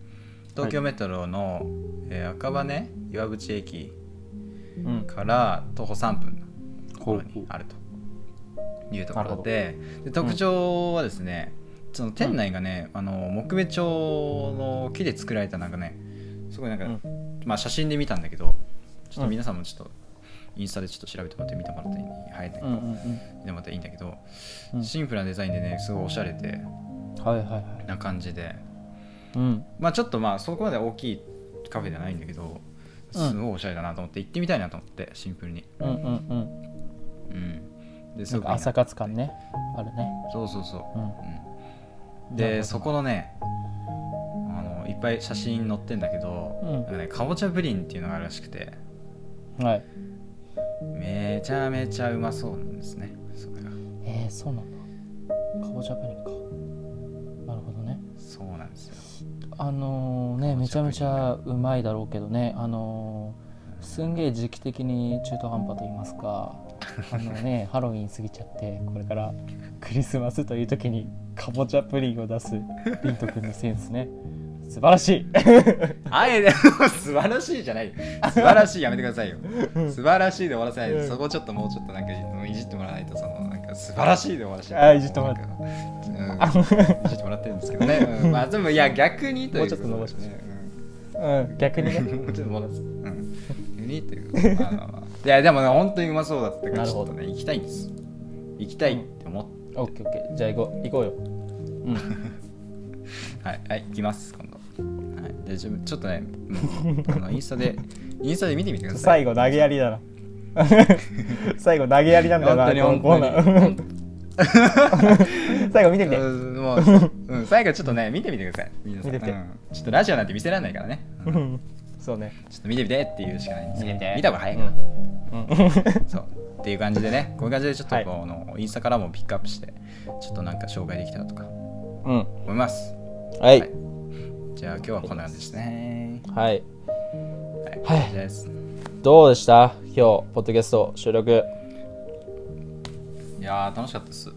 Speaker 2: 東京メトロの、えー赤羽岩淵駅
Speaker 1: うん
Speaker 2: から徒歩3分のところにあるというところでで特徴はですね、その店内がね、あの木目調の木で作られたなんかねすごいなんか、
Speaker 1: うん
Speaker 2: まあ、写真で見たんだけどちょっ
Speaker 1: う
Speaker 2: と
Speaker 1: ん
Speaker 2: 皆さんもちょっとインスタでちょっと調べてもらって見てもらっていい入って
Speaker 1: うんうん
Speaker 2: でもらっていいんだけど、
Speaker 1: うん
Speaker 2: シンプルなデザインでねすごいおしゃれで
Speaker 1: うんはいはいはい
Speaker 2: な感じで
Speaker 1: うん
Speaker 2: まあちょっとまあそこまで大きいカフェではないんだけど
Speaker 1: うん
Speaker 2: すごいおしゃれだなと思って行ってみたいなと思ってシンプルに。
Speaker 1: うんうんうん
Speaker 2: うん、で
Speaker 1: な
Speaker 2: す
Speaker 1: ん
Speaker 2: ごくい
Speaker 1: か
Speaker 2: いな
Speaker 1: 朝活感ねあるね
Speaker 2: そうそうそうう、うん、
Speaker 1: なるほ
Speaker 2: で
Speaker 1: ど
Speaker 2: そこのねあのいっぱい写真載ってんだけど、
Speaker 1: うん
Speaker 2: なんかね、かぼちゃプリンっていうのがあるらしくて
Speaker 1: んはい
Speaker 2: めちゃめちゃうまそうなんですねそれが
Speaker 1: えー、そうなんだかぼちゃプリンかなるほどね
Speaker 2: そうなんですよ
Speaker 1: あのーねめちゃめちゃうまいだろうけどねあのーすんげえ時期的に中途半端と言います かあのねハロウィン過ぎちゃってこれからクリスマスという時にかぼちゃプリンを出すりんとくんのセンスね素晴らしい
Speaker 2: あえて素晴らしいじゃない素晴らしいやめてくださいよ素晴らしいで終わらせないで、
Speaker 1: うん
Speaker 2: そこちょっともうちょっとなんかもういじってもらわないとそのなんか素晴らしいで終わらせ
Speaker 1: あいじってもらっ
Speaker 2: ううん、いじってもらってるんですけどね、うんまあでもいや逆にということで
Speaker 1: もうちょっと伸ばしましょ
Speaker 2: ねうん
Speaker 1: うん 逆にね
Speaker 2: もうちょっと戻す。うん。ユニーというか。まあまあまあいや、でもね、本当にうまそうだったから、
Speaker 1: なる
Speaker 2: ちょ
Speaker 1: ほ
Speaker 2: っ
Speaker 1: ど
Speaker 2: とね、行きたいんです。行きたいって思っ
Speaker 1: オッケーオッケーじゃあ行こう行こうよ
Speaker 2: はい、はい、行きます、今度。はい、で、自分、ちょっとね、うんあの、インスタで、インスタで見てみてください。
Speaker 1: 最後投げやりだな 最後投げやりなんだよな
Speaker 2: 本当に、
Speaker 1: この
Speaker 2: 本
Speaker 1: コーナ
Speaker 2: 当に
Speaker 1: ー
Speaker 2: 本 当に。
Speaker 1: 最後見てみて
Speaker 2: うんもう、うん、最後ちょっとね、見てみてください。皆さん
Speaker 1: 見てみて
Speaker 2: うんちょっとラジオなんて見せられないからね。うん
Speaker 1: うん そうね
Speaker 2: ちょっと見てみてっていうしかないんですけど
Speaker 1: 見てみて
Speaker 2: 見た方が早いか
Speaker 1: う
Speaker 2: ら。
Speaker 1: ん
Speaker 2: そうっていう感じでねこういう感じでちょっとこうの、インスタからもピックアップしてちょっとなんか紹介できたらとか
Speaker 1: うん
Speaker 2: 思います
Speaker 1: はい
Speaker 2: はいじゃあ今日はこんな感じですね
Speaker 1: はい
Speaker 2: は
Speaker 1: は
Speaker 2: い、
Speaker 1: い
Speaker 2: こんな感じです
Speaker 1: どうでした今日ポッドキャスト収録
Speaker 2: いやー楽しかったです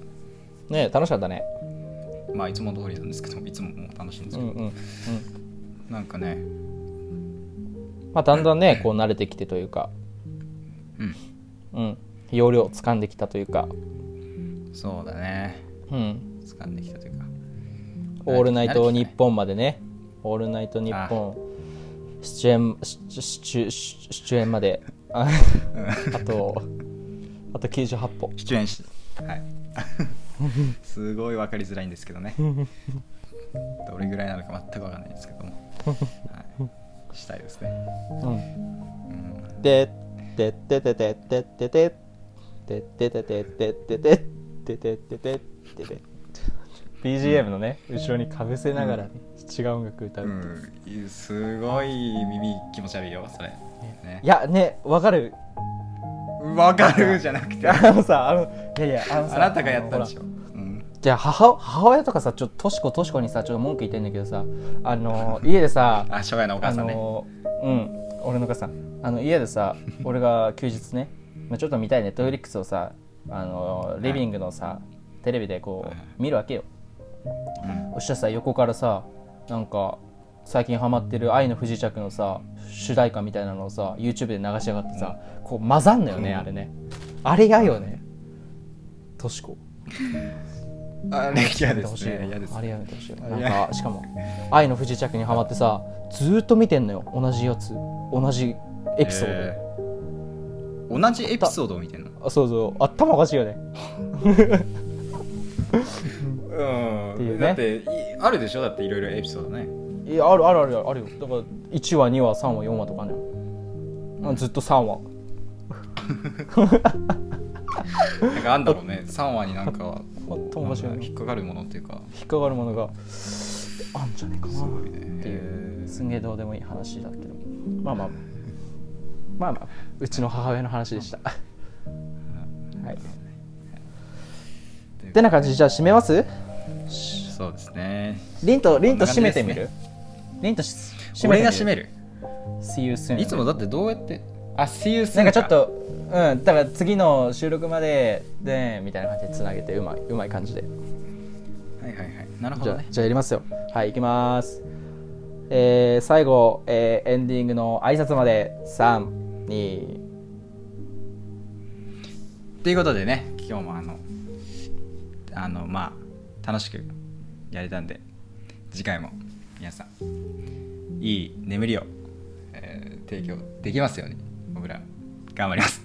Speaker 1: ね楽しかったね
Speaker 2: まあいつも通りなんですけどいつももう楽しいんです
Speaker 1: う
Speaker 2: け
Speaker 1: ん
Speaker 2: ど、
Speaker 1: うんうん
Speaker 2: なんかね
Speaker 1: まあだんだんねこう慣れてきてというか
Speaker 2: うん
Speaker 1: うん容量を掴んできたというか
Speaker 2: そうだね
Speaker 1: うん
Speaker 2: 掴んできたというか
Speaker 1: オールナイト
Speaker 2: 慣れ
Speaker 1: 日
Speaker 2: てき
Speaker 1: 本までねオールナイト日本出演出出出演までああとあと98歩
Speaker 2: たね出演しはい すごい分かりづらいんですけどねどれぐらいなのか全く分かんないんですけども、はい、したいですね、
Speaker 1: うん
Speaker 2: うん、
Speaker 1: でででででででででででででででででででででで BGM のね後ろにかぶせながらね違う音楽歌うっていう
Speaker 2: うん、すごい耳気持ち悪いよそれ、ね
Speaker 1: い、やねわかる
Speaker 2: 分かるじゃなくて
Speaker 1: あのさあのいやいやあのさ
Speaker 2: あなたがやったんでし
Speaker 1: ょ
Speaker 2: ょ、うん、
Speaker 1: じゃあ母母親とかさちょっととしことしこにさちょっと文句言ってんだけどさあの家でさ
Speaker 2: あ初代 のお母
Speaker 1: あ
Speaker 2: さんね、
Speaker 1: のうん俺の母さんあの家でさ俺が休日ね、まあ、ちょっと見たいネットフリックスをさあのリビングのさテレビでこ
Speaker 2: はいはいう
Speaker 1: 見るわけよ
Speaker 2: う
Speaker 1: そ
Speaker 2: ん
Speaker 1: したらさ横からさなんか最近ハマってる「愛の不時着」のさ主題歌みたいなのをさ YouTube で流しやがってさ、こう混ざんのよね、
Speaker 2: うん
Speaker 1: あれねあれ嫌よねとしこ
Speaker 2: あれ嫌
Speaker 1: やめ
Speaker 2: で
Speaker 1: てほし
Speaker 2: す
Speaker 1: いよ
Speaker 2: ね嫌です
Speaker 1: あれやめてほしいよ
Speaker 2: あ
Speaker 1: ないん
Speaker 2: や
Speaker 1: かしかも「愛の不時着」にハマってさずーっと見てんのよ同じやつ同じエピソード、
Speaker 2: えー同じエピソードを見てんの
Speaker 1: あそうそう頭おかしいよね
Speaker 2: うん
Speaker 1: っていうね
Speaker 2: だっていあるでしょだっていろいろエピソードね
Speaker 1: いやあるあるあるあるよだから1話2話3話4話とかあるのよずっと3話
Speaker 2: なんかあんだろう ね3話になんかこう
Speaker 1: 友達が
Speaker 2: なんか引っかかるものっていうか
Speaker 1: 引っかかるものがあんじゃねえかな
Speaker 2: すごいね
Speaker 1: ってい
Speaker 2: へ
Speaker 1: う
Speaker 2: ー
Speaker 1: すんげえどうでもいい話だけどまあまあまあまあうちの母親の話でしたはいてな感じでじゃあ締めます
Speaker 2: そうですね
Speaker 1: リンとリンと締めてみ
Speaker 2: こん
Speaker 1: る
Speaker 2: な
Speaker 1: リンとし締めてみ
Speaker 2: 俺
Speaker 1: る
Speaker 2: が締める
Speaker 1: See you soon
Speaker 2: いつもだってどうやってあ See you soon
Speaker 1: なんかちょっとうんだから次の収録まででみたいな感じでつなげてうまいうまい感じで
Speaker 2: はいはいはいなるほ
Speaker 1: じ
Speaker 2: ど
Speaker 1: ゃあ
Speaker 2: ね
Speaker 1: じゃあやりますよはい行きますえー、最後、えーエンディングの挨拶まで32
Speaker 2: ということでね今日もあのあのまあ楽しくやれたんで次回も皆さんいい眠りを、えー提供できますように僕ら頑張ります、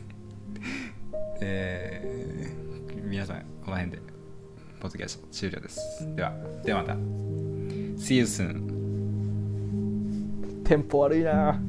Speaker 2: えー皆さんこの辺でポッドキャスト終了ですではではまた See you soon
Speaker 1: テンポ悪いな